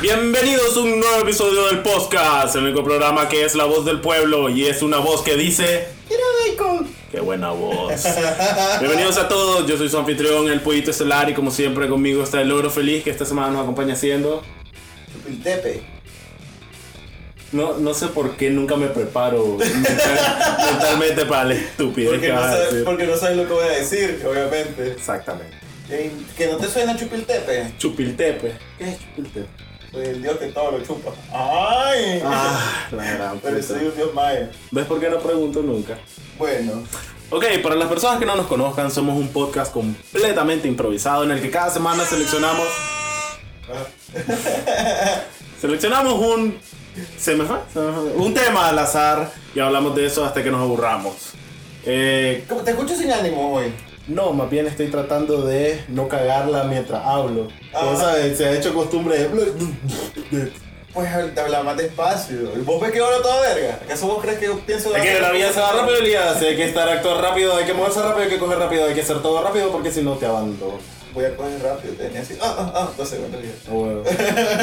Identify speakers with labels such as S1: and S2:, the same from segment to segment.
S1: Bienvenidos a un nuevo episodio del podcast, el único programa que es la voz del pueblo y es una voz que dice... ¡Qué buena voz! Bienvenidos a todos, yo soy su anfitrión, el Pollito Estelar y como siempre conmigo está el Logro Feliz que esta semana nos acompaña haciendo...
S2: Piltepe.
S1: No, no sé por qué nunca me preparo mental- mentalmente para la estupidez
S2: Porque
S1: que
S2: no,
S1: vas a
S2: sabes,
S1: decir.
S2: porque no sabes lo que voy a decir, obviamente.
S1: Exactamente.
S2: Eh, Que no te suena Chupiltepe.
S1: Chupiltepe. ¿Qué es Chupiltepe?
S2: Pues el dios que todo lo chupa. ¡Ay!
S1: Ah, la gran
S2: Pero
S1: puta.
S2: soy un dios maya.
S1: ¿Ves por qué no pregunto nunca?
S2: Bueno,
S1: Ok, para las personas que no nos conozcan, somos un podcast completamente improvisado en el que cada semana seleccionamos. seleccionamos un. ¿se me fue? ¿Se me fue? Un tema al azar y hablamos de eso hasta que nos aburramos. Eh,
S2: ¿cómo- te escucho sin ánimo hoy.
S3: No, más bien estoy tratando de no cagarla mientras hablo.
S2: Ah.
S3: Como sabes, se ha hecho costumbre de...
S2: Pues te habla más despacio. ¿Y vos ves que hablo toda verga? ¿Acaso vos crees que yo pienso
S3: Es que la vida se va rápido, Elías. Hay que estar actuar rápido, hay que moverse rápido, hay que coger rápido, hay que hacer todo rápido porque si no te abandono.
S2: Voy a coger rápido, tenía así. Ah, ah, ah, dos segundos. ya.
S3: A huevo.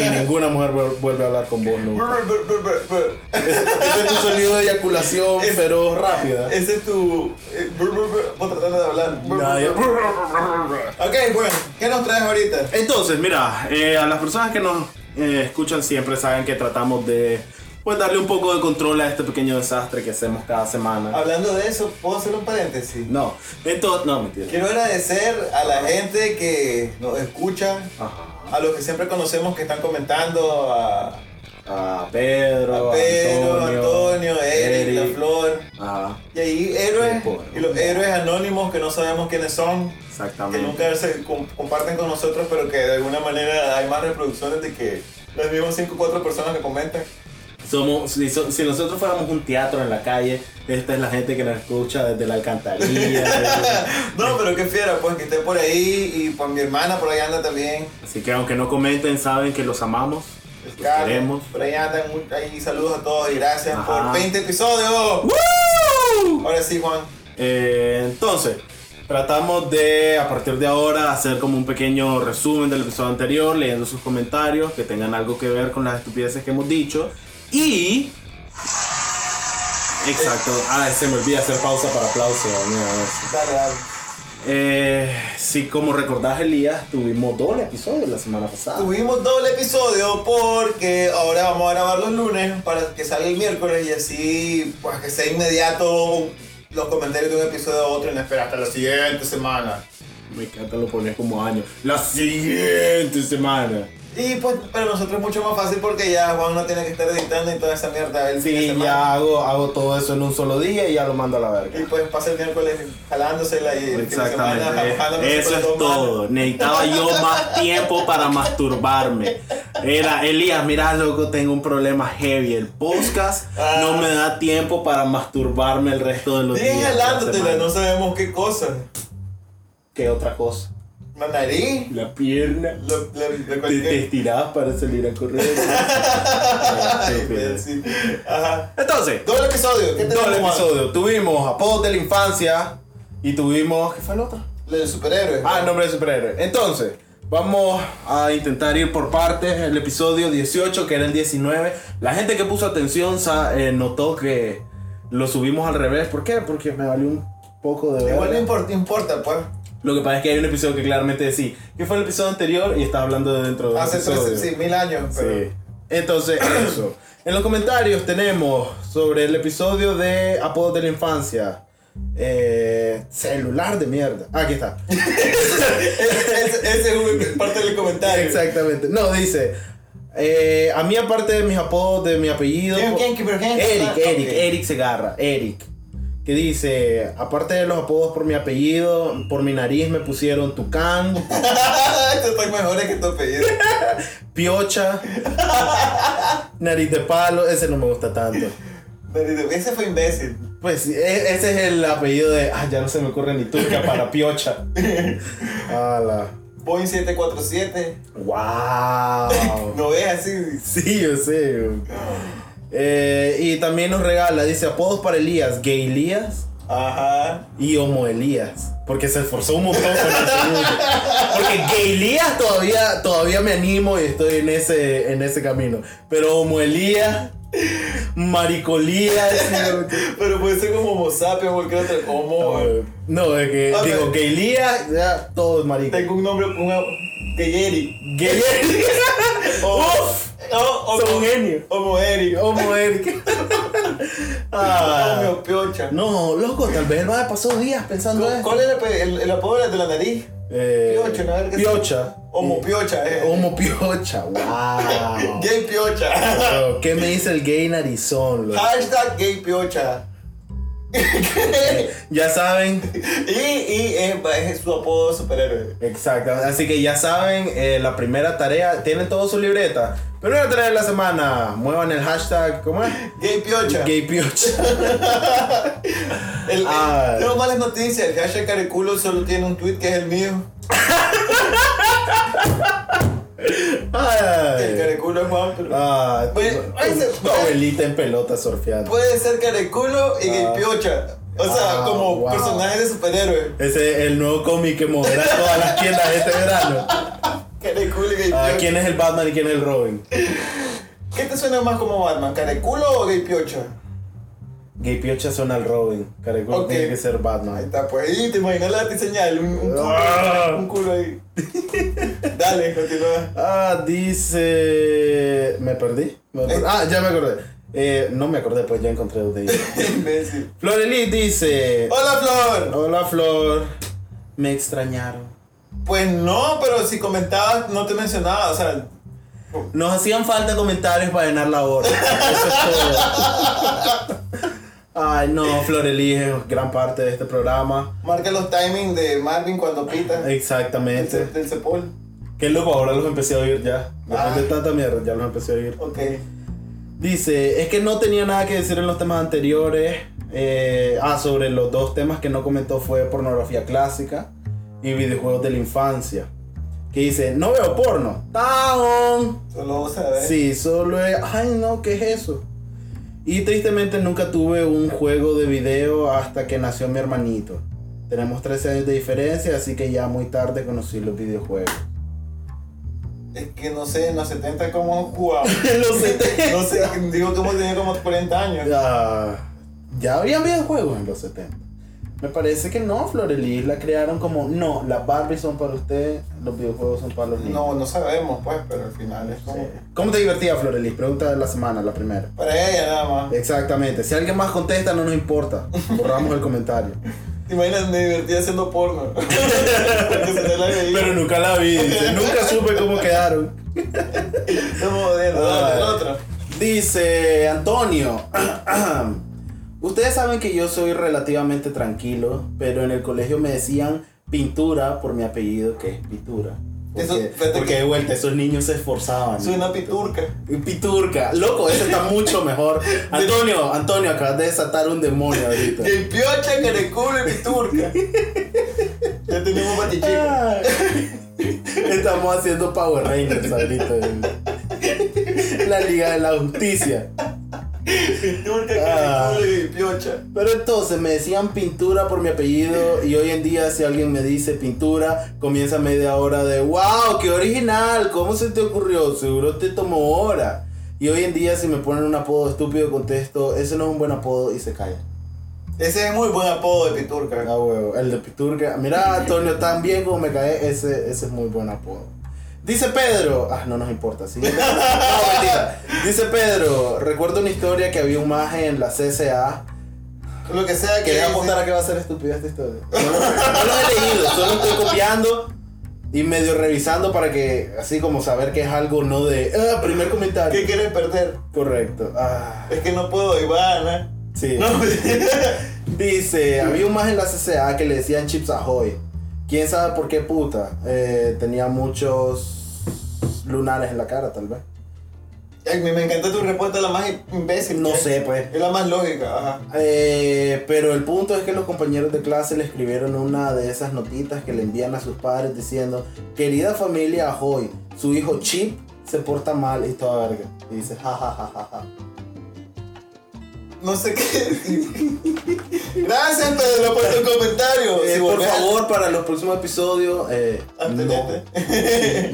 S3: Y ninguna mujer vuel- vuelve a hablar con vos nunca.
S2: Brr, brr, brr, brr, brr.
S3: Ese es un sonido de eyaculación,
S2: Es-
S3: pero rápida.
S2: Ese es tu. eh, brr, brr, brr. Vos tratando de hablar. Brr,
S3: Nadie-
S2: brr, brr. Ok, bueno, ¿qué nos traes ahorita?
S1: Entonces, mira, eh, a las personas que nos eh, escuchan siempre saben que tratamos de. Pues darle un poco de control a este pequeño desastre que hacemos cada semana.
S2: Hablando de eso, ¿puedo hacer un paréntesis?
S1: No, entonces. No, mentira.
S2: Quiero agradecer a la gente que nos escucha,
S1: Ajá.
S2: a los que siempre conocemos que están comentando, a,
S1: A Pedro,
S2: a Pedro, Antonio, Eric, pues. La Flor.
S1: Ajá,
S2: Y ahí
S1: Sí,
S2: héroes,
S1: pobre.
S2: y los héroes anónimos que no sabemos quiénes son, que
S1: exactamente.
S2: nunca se com- comparten con nosotros, pero que de alguna manera hay más reproducciones de que las mismas 5 o 4 personas que comentan.
S1: Somos, si, so- si nosotros fuéramos un teatro en la calle, esta es la gente que nos escucha desde la alcantarilla. desde-
S2: No, pero qué fiera, pues que esté por ahí y pues mi hermana por ahí anda también.
S1: Así que aunque no comenten, saben que los amamos.
S2: Los
S1: Los Pues queremos.
S2: Por ahí andan, muy- ahí saludos a todos y gracias
S1: Ajá.
S2: por 20 episodios.
S1: ¡Woo!
S2: Ahora sí, Juan.
S1: Eh, entonces, tratamos de a partir de ahora hacer como un pequeño resumen del episodio anterior, leyendo sus comentarios que tengan algo que ver con las estupideces que hemos dicho. Y. Exacto. Ah, se me olvida hacer pausa para aplauso. mira, a ver.
S2: Dale, dale.
S1: Eh, sí, como recordás, Elías, tuvimos doble episodio la semana pasada.
S2: Tuvimos doble episodio porque ahora vamos a grabar los lunes para que salga el miércoles y así pues que sea inmediato los comentarios de un episodio a otro y no esperar hasta la siguiente semana.
S1: Me encanta, lo pones como año. La siguiente semana.
S2: Y pues para nosotros es mucho más fácil porque ya Juan no tiene que estar editando y toda esa mierda el fin de
S3: Sí,
S2: semana.
S3: ya hago, hago todo eso en un solo día y ya lo mando a la verga.
S2: Y pues pasa el miércoles jalándosela y el fin de semana
S1: Exactamente.
S2: jalándose
S1: Eso
S2: con
S1: es
S2: dos manos.
S1: todo. Necesitaba yo más tiempo para masturbarme. Era, Elías, mira, loco, tengo un problema heavy. El podcast
S2: Ah.
S1: no me da tiempo para masturbarme el resto de los
S2: Bien
S1: días. de la
S2: jalándotela,
S1: semana.
S2: no sabemos qué cosa.
S3: ¿Qué otra cosa?
S2: La nariz,
S1: La pierna.
S2: lo- la- la
S1: Te, te
S2: cualquier.
S1: estirabas para salir a correr.
S2: Ay, pues, sí. Ajá.
S1: Entonces,
S2: Doble episodio, ¿qué tenemos?
S3: Este, Doble
S2: Juan?
S3: episodio. Tuvimos apodos de la infancia y tuvimos. ¿Qué fue el otro?
S2: Lo del superhéroe.
S3: Ah, el nombre de superhéroe. Entonces, vamos a intentar ir por partes. El episodio 18, que era el 19. La gente que puso atención sa- eh, notó que lo subimos al revés. ¿Por qué? Porque me valió un poco de
S2: Igual no
S3: verga.
S2: importa, importa, pues.
S3: Lo que pasa es que hay un episodio que claramente decía que fue el episodio anterior y está hablando de dentro de
S2: Hace tres, Ah, sí, mil años, pero.
S3: Sí. Entonces, eso. En los comentarios tenemos sobre el episodio de Apodos de la Infancia. Eh, celular de mierda. Ah, aquí está.
S2: Ese, ese es un- parte del comentario.
S3: Exactamente. No, dice. eh, a mí, aparte de mis apodos, de mi apellido.
S2: ¿Quién, quién, quién, pero quién?
S3: Eric,
S2: Ah,
S3: Eric,
S2: ok.
S3: Eric Segarra, Eric. Que dice, aparte de los apodos por mi apellido, por mi nariz me pusieron Tucán,
S2: Estos están mejores que tu apellido.
S3: Piocha, Nariz de Palo, ese no me gusta tanto.
S2: Pero Ese fue imbécil.
S3: Pues e- ese es el apellido de. Ah, ya no se me ocurre ni turca para piocha. Ala.
S2: Boeing 747.
S3: ¡Wow!
S2: No es así.
S3: Sí, yo sé. güey. Eh, y también nos regala, dice apodos para Elías, gay Elías
S2: Ajá.
S3: y homo Elías. Porque se esforzó un montón con el segundo. Porque Gaelías todavía, todavía me animo y estoy en ese, en ese camino. Pero Homo Elías, Maricolías.
S2: Pero puede ser como Homo sapiens o cualquier otro. Homo. eh,
S3: No, es que
S2: Ah,
S3: digo,
S2: pero-
S3: Gaelías, ya todo es marico.
S2: Tengo un nombre. Un, Geyeri.
S3: Gaelías,
S2: Uf.
S3: son un genio. Oh,
S2: Homo Eri.
S3: Homo Eric. Ah.
S2: Homo Piocha.
S3: No, loco, tal vez el va pasó días pensando
S2: ¿Cu-
S3: eso.
S2: ¿Cuál es el, ape- el, el apodo de la nariz?
S3: Eh,
S2: Piocha, ¿no? A ver qué-
S3: Piocha.
S2: Homo Piocha, eh.
S3: Homo Piocha, wow.
S2: Gay Piocha.
S3: Bro, ¿Qué me dice el gay narizón, loco?
S2: Hashtag gay piocha.
S3: Ya saben,
S2: y y es, es su apodo superhéroe.
S3: exacto. Así que ya saben, eh, la primera tarea, tienen todo su libreta. Primera tarea de la semana, muevan el hashtag, ¿cómo es?
S2: Gay piocha.
S3: Gay Piocha.
S2: El,
S3: Ah.
S2: Tengo malas noticias. El hashtag cariculo solo tiene un tweet que es el mío. El
S3: Ay.
S2: cariculo es Juan, pero.
S3: eh. Ah,
S2: Oye,
S3: tu-
S2: oye, Pues,
S3: tu-
S2: se-
S3: tu abuelita en pelota surfeando.
S2: Puede ser cariculo y gay
S3: Ah.
S2: piocha. O sea,
S3: Ah,
S2: como
S3: wow.
S2: personaje de superhéroe.
S3: Ese es el nuevo cómic que moverá todas las tiendas este verano.
S2: Cariculo y gay
S3: Ah,
S2: piocha.
S3: ¿Quién es el Batman y quién es el Robin?
S2: ¿Qué te suena más como Batman? ¿Cariculo o gay piocha?
S3: Gay Piocha suena al Robin. Caracol
S2: Ok.
S3: tiene que ser
S2: Ahí
S3: Batman.
S2: está, pues ahí te imaginas la diseñal, un, un culo,
S3: Ah.
S2: un culo ahí. Dale, continúa.
S3: Ah, dice. Me perdí.
S2: Eh.
S3: Me perdí. Ah, ya me acordé. Eh, no me acordé, pues ya encontré donde iba.
S2: Imbécil.
S3: Floreliz dice:
S2: Hola, Flor.
S3: Hola, Flor. Me extrañaron.
S2: Pues no, pero si comentabas, no te mencionaba, o sea,
S3: Nos hacían falta comentarios para llenar la hora. Eso es todo. Ay, no, Floreliz es gran parte de este programa.
S2: marca los timings de Marvin cuando pita. Del,
S3: Exactamente.
S2: se- del Sepul.
S3: Qué loco, ahora los empecé a oír ya. Después
S2: Ah.
S3: de tanta mierda, ya los empecé a oír.
S2: Ok.
S3: Dice, es que no tenía nada que decir en los temas anteriores. Eh, ah, sobre los dos temas que no comentó fue pornografía clásica y videojuegos de la infancia. Que dice, no veo porno. ¡Tajón!
S2: Solo vos sabés.
S3: Sí, solo es... Ay, no, ¿qué es eso? Y tristemente nunca tuve un juego de video hasta que nació mi hermanito. Tenemos 13 años de diferencia, así que ya muy tarde conocí los videojuegos.
S2: Es que no sé, en los 70 cómo jugábamos.
S3: los 70.
S2: No sé, digo que hemos tenido como 40 años.
S3: Ya, ya había videojuegos en los 70. Me parece que no, Florelis la crearon como, no, las Barbie son para usted, los videojuegos son para los niños.
S2: No, no sabemos, pues, pero al final es como.
S3: Sí. ¿Cómo te divertía, Florelis? Pregunta de la semana, la primera.
S2: Para ella nada más.
S3: Exactamente. Si alguien más contesta, no nos importa. Borramos el comentario.
S2: ¿Te imaginas? Me divertí haciendo porno. Porque se te la veía.
S3: Pero nunca la vi, dice. Nunca supe cómo quedaron.
S2: Estamos jodiendo.
S3: Ah,
S2: Dale, el otro.
S3: Dice Antonio. Ustedes saben que yo soy relativamente tranquilo, pero en el colegio me decían pintura por mi apellido, que es Pitura.
S2: Eso-
S3: Porque,
S2: fíjate
S3: porque
S2: que-
S3: de vuelta, esos niños se esforzaban.
S2: Soy una piturca.
S3: Piturca. Loco, ese está mucho mejor. Antonio, Antonio, acabas de desatar un demonio ahorita.
S2: Que piocha que le cubre piturca. ya tenemos batichica.
S3: Ay. Estamos haciendo Power Rangers ahorita. La Liga de la Justicia.
S2: Piturca
S3: Ah.
S2: que le cubre piocha.
S3: Pero entonces me decían pintura por mi apellido y hoy en día si alguien me dice pintura, comienza media hora de wow, qué original, ¿cómo se te ocurrió? Seguro te tomó hora. Y hoy en día si me ponen un apodo estúpido contesto, ese no es un buen apodo y se calla.
S2: Ese es muy buen apodo de piturca.
S3: Ah, huevo, el de Piturca. Mira, Antonio, tan bien como me cae, ese, ese es muy buen apodo. Dice Pedro, ah, no nos importa, sí. No, mentira. Dice Pedro, recuerdo una historia que había un maje en la CCA
S2: Lo que sea que
S3: ¿Querés
S2: dice-
S3: apostar a que va a ser estúpida esta historia? No, lo- no lo he leído, solo estoy copiando y medio revisando para que, así como saber que es algo no de. Ah, primer comentario.
S2: ¿Qué quieres perder?
S3: Correcto. Ah,
S2: Es que no puedo, Ivana.
S3: sí.
S2: No,
S3: Dice: había un más en la CCA que le decían Chips Ahoy. Quién sabe por qué puta. Eh, tenía muchos lunares en la cara, tal vez.
S2: Ay, me, me encanta tu respuesta, la más imbécil.
S3: No
S2: que es.
S3: sé, pues.
S2: Es la más lógica, ajá.
S3: Eh, pero el punto es que los compañeros de clase le escribieron una de esas notitas que le envían a sus padres diciendo, querida familia Ahoy, su hijo Chip se porta mal y toda verga. Y dice, ja, ja, ja, ja, ja.
S2: no sé qué decir. Gracias, Pedro, por tu comentario.
S3: Eh,
S2: Si
S3: por
S2: volvés a-
S3: favor, para los próximos episodios. eh,
S2: este.
S3: no.
S2: Abstenerte.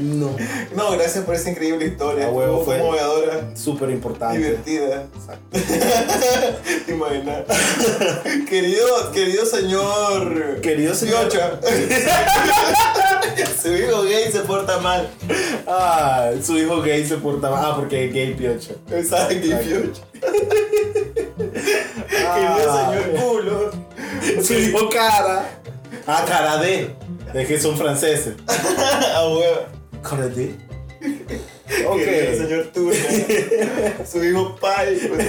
S3: No.
S2: No, gracias por esa increíble historia.
S3: A huevo, fue.
S2: fue conmovedora,
S3: Súper importante.
S2: divertida. Te imaginas. querido, querido señor.
S3: Querido señor.
S2: Piocha. Su hijo gay se porta mal.
S3: Ah, su hijo gay se porta mal. Ah, porque es gay piocha.
S2: Exacto, Piocha.
S3: Ah.
S2: Querido señor culo.
S3: Su hijo cara. Ah, cara de. Es que son franceses.
S2: A huevo.
S3: Cara de.
S2: Querido
S3: Ok.
S2: señor Turca. Su hijo pai. pues,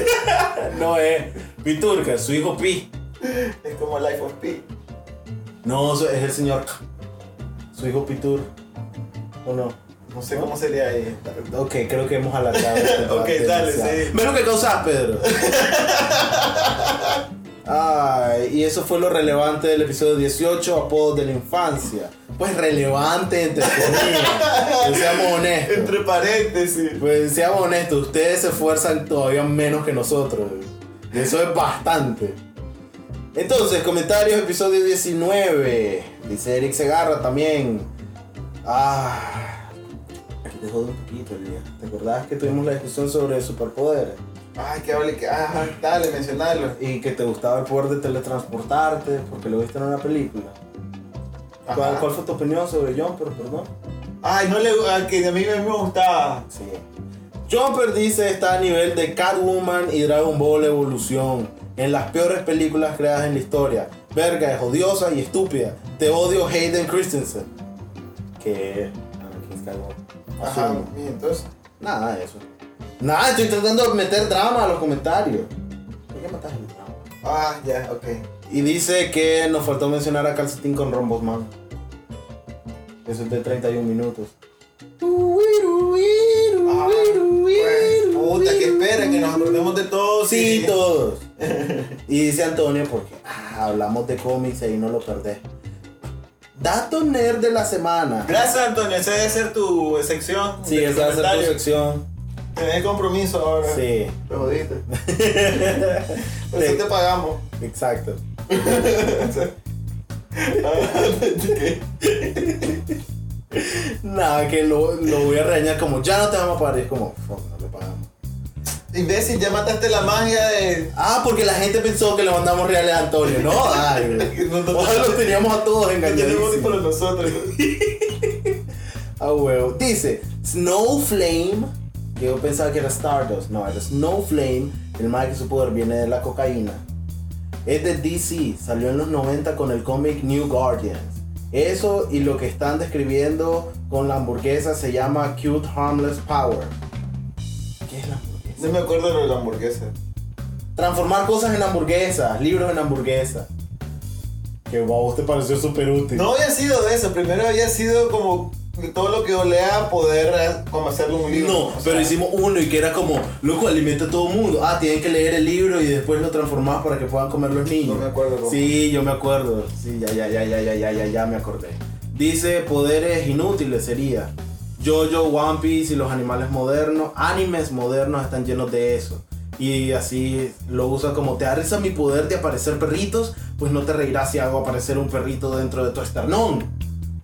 S3: No es Piturca, su hijo Pi.
S2: es como Life of Pi.
S3: No, eso es el señor K. Su hijo Pitur. ¿O no?
S2: No sé cómo sería ahí.
S3: Ok, creo que hemos alargado. esta
S2: Ok,
S3: parte
S2: dale,
S3: demasiado.
S2: sí.
S3: Ve lo que causás, Pedro. Ay, y eso fue lo relevante del episodio 18, apodos de la infancia. Pues relevante, entre comillas. Que seamos honestos.
S2: Entre paréntesis.
S3: Pues seamos honestos, ustedes se esfuerzan todavía menos que nosotros. Y eso es bastante. Entonces, comentarios, episodio 19. Dice Eric Segarra también. Ah. Te jode un poquito el día. ¿Te acordás que tuvimos la discusión sobre superpoderes?
S2: Ay, que hable, que. Ajá, dale, mencionarlo.
S3: Y que te gustaba el poder de teletransportarte porque lo viste en una película. ¿Cuál,
S2: Ajá.
S3: cuál fue tu opinión sobre John? Pero perdón.
S2: Ay, no le. ah, que a mí me me gustaba.
S3: Sí. Jumper dice está a nivel de Catwoman y Dragon Ball Evolución. En las peores películas creadas en la historia. Verga, es odiosa y estúpida. Te odio Hayden Christensen. Ah, Que... Anakin Skywalker.
S2: Ajá,
S3: Asumo.
S2: y entonces.
S3: Nada de eso. Nada, estoy tratando de meter drama a los comentarios. ¿Por qué matas el drama?
S2: Ah, ya, ok.
S3: Y dice que nos faltó mencionar a Calcetín con Rombos Man. Eso es de 31 minutos.
S2: Ah, pues, puta, que esperen, que nos acordemos de todo.
S3: Sí, todos. Y dice Antonio, porque ah, hablamos de cómics y no lo perdés. Dato nerd de la semana.
S2: Gracias, Antonio. Esa debe ser tu sección.
S3: Sí,
S2: de
S3: esa va a ser tu
S2: comentarios.
S3: sección.
S2: Tenés compromiso ahora.
S3: Sí,
S2: Te jodiste. Por eso te pagamos.
S3: exacto. Nada, que lo, lo voy a regañar como, ya no te vamos a pagar. Y es como, fuck, no le pagamos.
S2: Imbécil, ya mataste la magia de.
S3: Ah, porque la gente pensó que le mandamos reales a Antonio. No, ay.
S2: No, no, no.
S3: Ojalá los teníamos a todos
S2: que tenemos
S3: engañados.
S2: por nosotros.
S3: A huevo. Dice, Snowflame. que Yo pensaba que era Stardust. No, era Snowflame. El más que su poder viene de la cocaína. Es de DC. Salió en los 90 con el cómic New Guardians. Eso y lo que están describiendo con la hamburguesa se llama Cute Harmless Power. ¿Qué es la hamburguesa?
S2: No me acuerdo de lo de la hamburguesa.
S3: Transformar cosas en hamburguesas, libros en hamburguesas. Que a vos te pareció súper útil.
S2: No había sido de eso, primero había sido como todo lo que olea a poder eh, como hacerle un libro.
S3: No,
S2: O sea,
S3: pero hicimos uno y que era como, loco, alimenta a todo el mundo. Ah, tienen que leer el libro y después lo transformamos para que puedan comer los niños.
S2: No me acuerdo cómo.
S3: Sí, yo me acuerdo. Sí, ya, ya, ya, ya, ya, ya, ya, ya me acordé. Dice, poderes inútiles sería. Jojo, One Piece y los animales modernos, animes modernos están llenos de eso. Y así lo usa como, ¿te da risa mi poder de aparecer perritos? Pues no te reirás si hago aparecer un perrito dentro de tu esternón.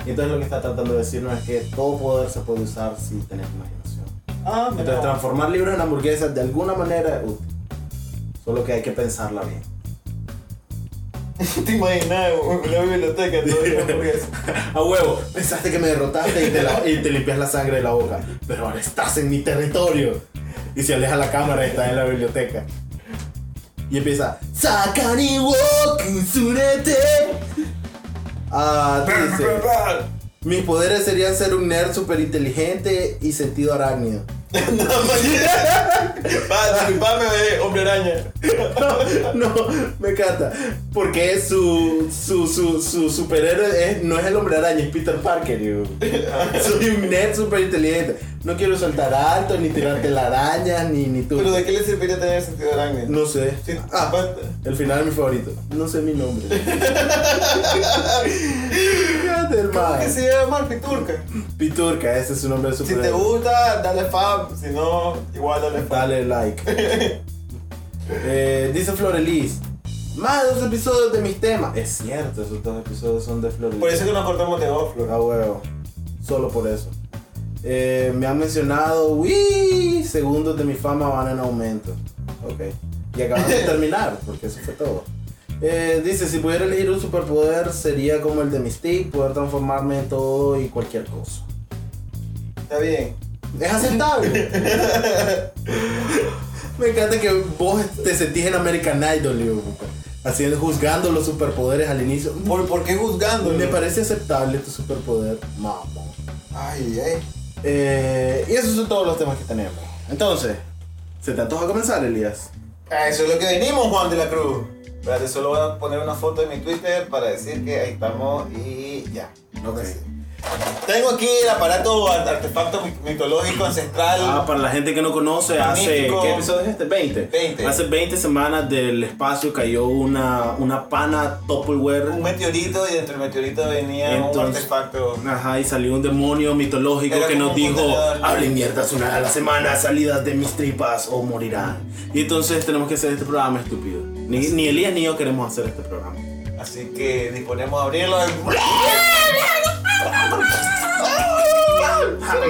S3: Y entonces lo que está tratando de decirnos es que todo poder se puede usar si tenés imaginación.
S2: Ah, me
S3: Entonces transformar libros en hamburguesas de alguna manera es útil. Solo que hay que pensarla bien.
S2: ¿Te imaginas una biblioteca todo de hamburguesa?
S3: A huevo, pensaste que me derrotaste y te, la- y te limpias la sangre de la boca. Pero ahora estás en mi territorio. Y se aleja la cámara y está en la biblioteca. Y empieza. Sakani wo kusurete". Ah, dice. Mis poderes serían ser un nerd súper inteligente y sentido arácnido.
S2: No, mañana. Va, disculpame, bebé, hombre araña.
S3: No, me encanta. Porque su, su, su, su superhéroe es- no es el hombre araña, es Peter Parker. yo. Soy un net super inteligente. No quiero saltar alto, ni tirarte la araña, ni, ni tú.
S2: Pero ¿de qué le serviría tener sentido araña? pues,
S3: No sé.
S2: Sí,
S3: Ah,
S2: basta.
S3: el final es mi favorito. No sé mi nombre. Fíjate,
S2: ¿Cómo que
S3: hermano.
S2: se llama Marfi Turca?
S3: Piturca, ese es su nombre de
S2: Si te
S3: superhéroe.
S2: gusta, dale fab. Si no, igual dale fab.
S3: Dale like. Eh, dice Florelis. Más dos episodios de mis temas. Es cierto, esos dos episodios son de Florelis.
S2: Por eso es que nos cortamos de vos, Flor.
S3: A Ah, huevo. Solo por eso. Eh, me han mencionado, uy, segundos de mi fama van en aumento. Ok. Y acabamos de terminar, porque eso fue todo. Eh, dice, si pudiera elegir un superpoder, sería como el de Mystique, poder transformarme en todo y cualquier cosa.
S2: Está bien.
S3: Es aceptable. me encanta que vos te sentís en American Idol, Leo, haciendo, juzgando los superpoderes al inicio.
S2: ¿Por, por qué juzgando?
S3: Me parece aceptable tu superpoder, mamón.
S2: Ay, ay.
S3: Eh, y esos son todos los temas que tenemos. Entonces, ¿se te antoja comenzar, Elías?
S2: A eso es lo que venimos, Juan de la Cruz. Espérate, solo voy a poner una foto en mi Twitter para decir que ahí estamos y ya.
S3: Ok.
S2: Tengo aquí el aparato art- artefacto mi- mitológico ancestral.
S1: Ah, para la gente que no conoce, hace.
S2: Magnífico.
S1: ¿Qué episodio es este? 20.
S2: 20.
S1: Hace 20 semanas del espacio cayó una, una pana Tupperware.
S2: un meteorito y dentro del meteorito venía un
S1: Entonces-
S2: artefacto.
S1: Ajá, y salió un demonio mitológico
S2: Era
S1: que
S2: como
S1: nos
S2: un
S1: dijo,
S2: contenedor.
S1: hablen mierdas una a la semana, salidas de mis tripas o morirán. Y entonces tenemos que hacer este programa estúpido. Ni, ni Elías ni yo queremos hacer este programa.
S2: Así que disponemos a abrirlo.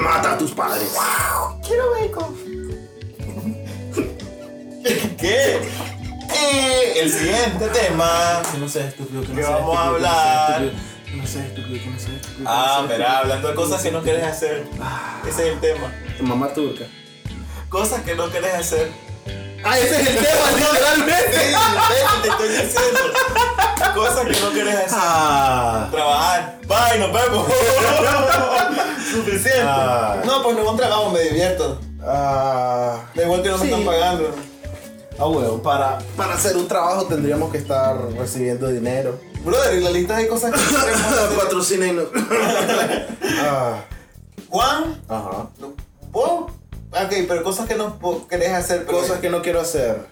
S1: Mata a tus padres.
S2: ¿Qué? Y el siguiente tema.
S1: Que no seas estúpido, que no
S2: Que
S1: seas
S2: vamos a
S1: estúpido, que no seas
S2: hablar.
S1: estúpido, Que no seas estúpido, que no seas estúpido.
S2: Ah,
S1: que no seas
S2: pero
S1: estúpido.
S2: hablando de cosas que no quieres hacer.
S1: Ah.
S2: Ese es el tema.
S1: Mamá turca.
S2: Cosas que no quieres hacer.
S3: Ah, ese es el tema,
S2: Sí,
S3: literalmente.
S2: ven, te estoy diciendo. Cosas que no quieres hacer.
S1: Ah.
S2: Trabajar. Bye, nos vemos. Suficiente.
S3: Ah.
S2: No, pues no un trabajo, me divierto.
S3: Ah,
S2: Da igual que no me
S3: Sí.
S2: están pagando.
S3: ah, huevo, para, para hacer un trabajo tendríamos que estar recibiendo dinero.
S2: Brother, y la lista de cosas que no queremos hacer.
S3: Patrocínenos. ah,
S2: Juan,
S3: ajá.
S2: vos. Ok, pero cosas que no po- querés hacer. pero-
S3: Cosas que no quiero hacer.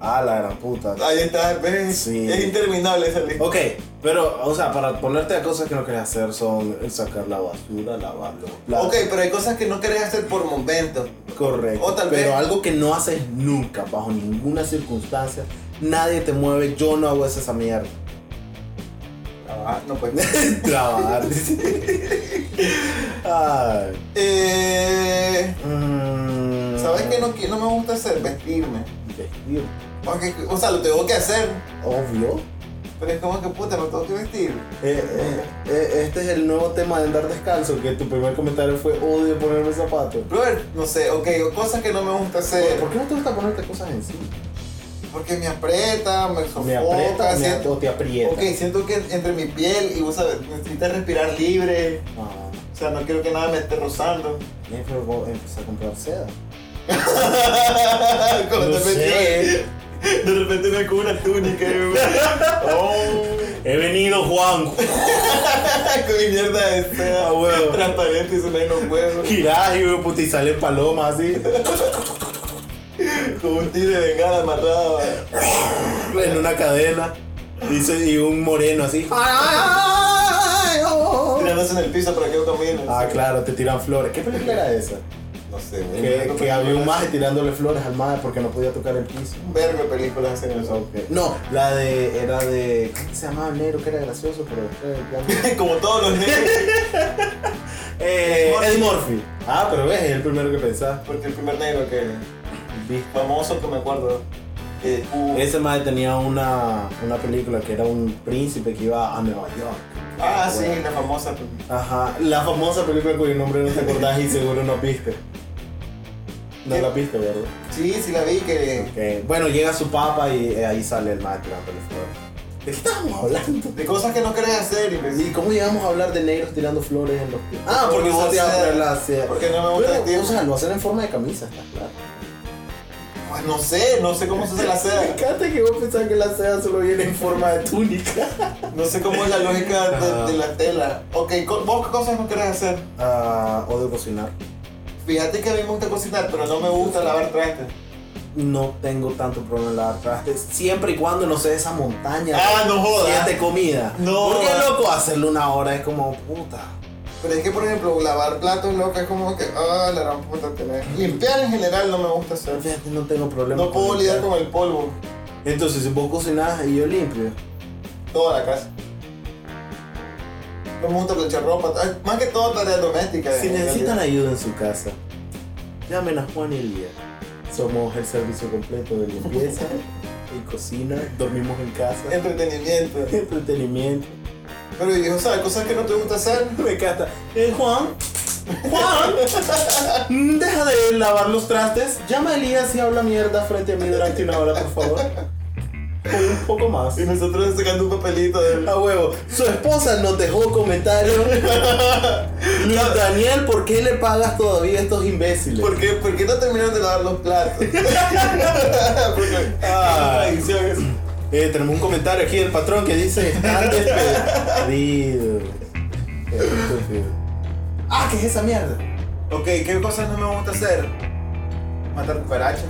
S3: Ah, la gran puta.
S2: Ahí está, ves.
S3: Sí.
S2: Es interminable esa lista.
S3: Ok, pero, o sea, para ponerte a cosas que no quieres hacer son el sacar la basura, lavar los platos.
S2: Ok, pero hay cosas que no querés hacer por momentos.
S3: Correcto.
S2: O tal
S3: pero
S2: vez-
S3: algo que no haces nunca, bajo ninguna circunstancia. Nadie te mueve, yo no hago esa mierda.
S2: Trabajar, Ah, no pues. puedes.
S3: Trabajar, dice. Ay.
S2: eh,
S3: Mm.
S2: ¿Sabes qué no, qui- no me gusta hacer? Vestirme.
S3: Vestido.
S2: Ok, o sea, lo tengo que hacer.
S3: Obvio.
S2: Pero es como que puta, me tengo que vestir.
S3: Eh, eh, eh, este es el nuevo tema de andar descalzo, que tu primer comentario fue odio ponerme zapatos.
S2: Brother, no sé, ok, cosas que no me gusta hacer.
S3: ¿Por qué no te gusta ponerte cosas encima?
S2: Porque me aprieta, me sofoca,
S3: Me aprieta me
S2: siento-
S3: o te aprieta.
S2: Ok, siento que entre mi piel y vos sabes, necesitas respirar libre.
S3: Ah,
S2: O sea, no quiero que nada me esté rozando.
S3: eh, pero vos empezás a comprar seda.
S2: Como
S3: No
S2: de, repente, de repente me con una túnica. y me- oh,
S1: He venido, Juan.
S2: con mi mierda de seda,
S3: Ah, huevo.
S2: Transparente y se me los huevos.
S3: Girás y puta, y sale paloma así.
S2: Con un tigre de bengala amarrado.
S3: en una cadena. Dice, y un moreno así.
S2: Tirándose en el piso para que yo camine.
S3: Oh. Ah, claro, te tiran flores. ¿Qué película era esa?
S2: No sé,
S3: Que, que había un maje tirándole flores al maje porque no podía tocar el piso.
S2: Un verbo de películas hacen eso.
S3: Ok. No, la de. Era de. ¿Cómo se llamaba el negro? Que era gracioso, pero. era-
S2: Como todos los negros.
S3: Eh, Eddie Murphy. Ah, pero ves, es el primero que pensaba.
S2: Porque el primer negro que. Famoso que me acuerdo. eh, hubo-
S3: Ese maje tenía una, una película que era un príncipe que iba a Nueva York.
S2: Ah, sí, la famosa.
S3: Ajá, la famosa película cuyo nombre no te acordás y seguro no viste. No la viste, ¿verdad?
S2: Sí, sí la vi que.
S3: Ok, Bueno, llega su papá y eh, ahí sale el maestro tirándole flores. ¿De qué estábamos hablando?
S2: De cosas que no querés hacer,
S3: ¿Y
S2: imbécil.
S3: cómo llegamos a hablar de negros tirando flores en los pies? Ah, porque
S2: Porque
S3: vos te
S2: usa seda.
S3: abres la seda.
S2: Porque no me gusta
S3: Pero,
S2: vestir.
S3: O sea, lo hacen en forma de camisa, está claro.
S2: Pues no sé, no sé cómo se hace la
S3: Me
S2: seda.
S3: encanta que vos pensás que la seda solo viene en forma de túnica.
S2: No sé cómo es la lógica de, de la tela. Ok, co- vos qué cosas no querés hacer.
S3: Ah, odio cocinar.
S2: Fíjate que a mí me gusta cocinar, pero no me gusta lavar trastes.
S3: No tengo tanto problema en lavar trastes. Siempre y cuando no sea esa montaña.
S2: Ah, no jodas.
S3: Siete comida.
S2: No.
S3: Porque loco, hacerlo una hora es como puta.
S2: Pero es que, por ejemplo, lavar platos, loco, es como que, ah, la gran puta tener. Limpiar en general no me gusta hacer.
S3: Fíjate, no tengo problema.
S2: No puedo
S3: limpiar.
S2: lidiar con el polvo.
S3: Entonces, si vos cocinás y yo limpio.
S2: Toda la casa. No me gusta planchar ropa. ah, Más que todo tareas domésticas.
S3: Si
S2: en
S3: necesitan
S2: realidad.
S3: ayuda en su casa, llamen a Juan y Lía. Somos el servicio completo de limpieza y cocina. Dormimos en casa.
S2: Entretenimiento.
S3: Entretenimiento.
S2: Pero hijo, ¿sabes? Cosas que no te gusta hacer.
S3: Me encanta. Eh, Juan. Juan. mm, Deja de lavar los trastes. Llama a Elías y habla mierda frente a mí durante una hora, por favor. Con un poco más.
S2: Y nosotros sacando un papelito del.
S3: A huevo. Su esposa nos dejó comentario. Luis Daniel, ¿por qué le pagas todavía a estos imbéciles?
S2: ¿Por qué, por qué no terminaron de lavar los platos? Porque-
S3: Ah.
S2: Contradicciones.
S3: Eh, tenemos un comentario aquí del patrón que dice están despedidos. Qué estúpido. Ah, ¿qué es esa mierda?
S2: Ok, ¿qué cosas no me gusta hacer? Matar cucarachas.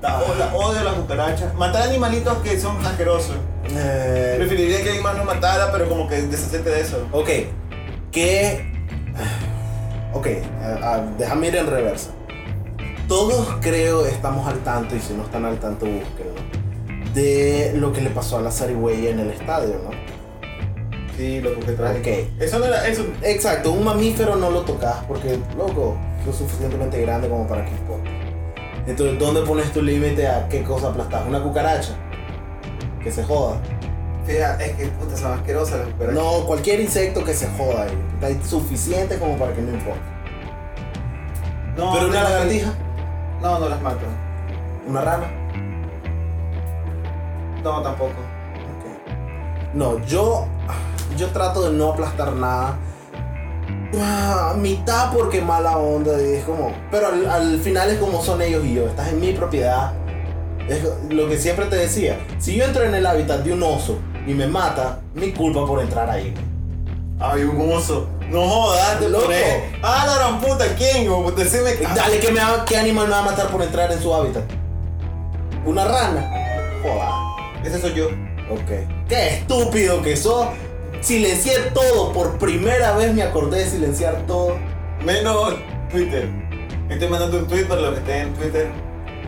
S2: La, o- la- odio las cucarachas. Matar animalitos que son asquerosos.
S3: Eh,
S2: Preferiría que alguien más los matara, pero como que deshacerte de eso.
S3: ok, ¿qué? Ok, ah, ah, déjame ir en reversa. Todos creo estamos al tanto, y si no están al tanto, búsquenlo, de lo que le pasó a la zarigüeya en el estadio, ¿no?
S2: Sí, lo que
S3: Ok.
S2: Eso no era eso.
S3: Exacto, un mamífero no lo tocas porque, loco, lo suficientemente grande como para que importe. Entonces, ¿dónde pones tu límite a qué cosa aplastas? ¿Una cucaracha? Que se joda.
S2: Fija, es que puta, son asquerosas las cucarachas.
S3: No, cualquier insecto que se joda. ahí. Está suficiente como para que no importe.
S2: no
S3: Pero una
S2: no,
S3: lagartija,
S2: No, no las mato.
S3: una rana.
S2: No, tampoco.
S3: ok. No, yo, yo trato de no aplastar nada. Ah, mitad porque mala onda y es como pero al, al final es como son ellos y yo estás en mi propiedad es lo que siempre te decía si yo entro en el hábitat de un oso y me mata mi culpa por entrar ahí
S2: Ay, un oso. No jodas, te
S3: Loco.
S2: pones- Ah, la gran puta, ¿quién? hijo de puta? Decime que.
S3: dale que me va- qué animal me va a matar por entrar en su hábitat una rana joda
S2: Ese soy yo.
S3: ok qué estúpido que sos silencié todo por primera vez me acordé de silenciar todo
S2: Menos Twitter. Estoy mandando un tweet para los que estén en Twitter.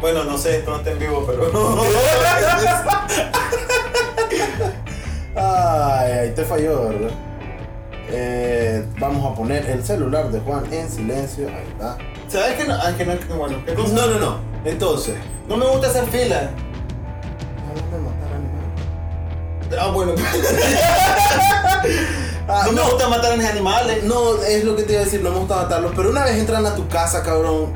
S2: Bueno, no sé, esto no está en vivo, pero.
S3: Ay, ahí te falló, ¿verdad? Eh, vamos a poner el celular de Juan en silencio. Ahí está.
S2: ¿Sabes que no? Ah, que no es que bueno. ¿qué cosa?
S3: No, no, no. Entonces.
S2: No me gusta hacer fila.
S3: Hablando de matar animales.
S2: Ah, bueno.
S3: Ah,
S2: no me
S3: no,
S2: gusta matar a mis animales.
S3: no, es lo que te iba a decir, no me gusta matarlos. Pero una vez entran a tu casa, cabrón.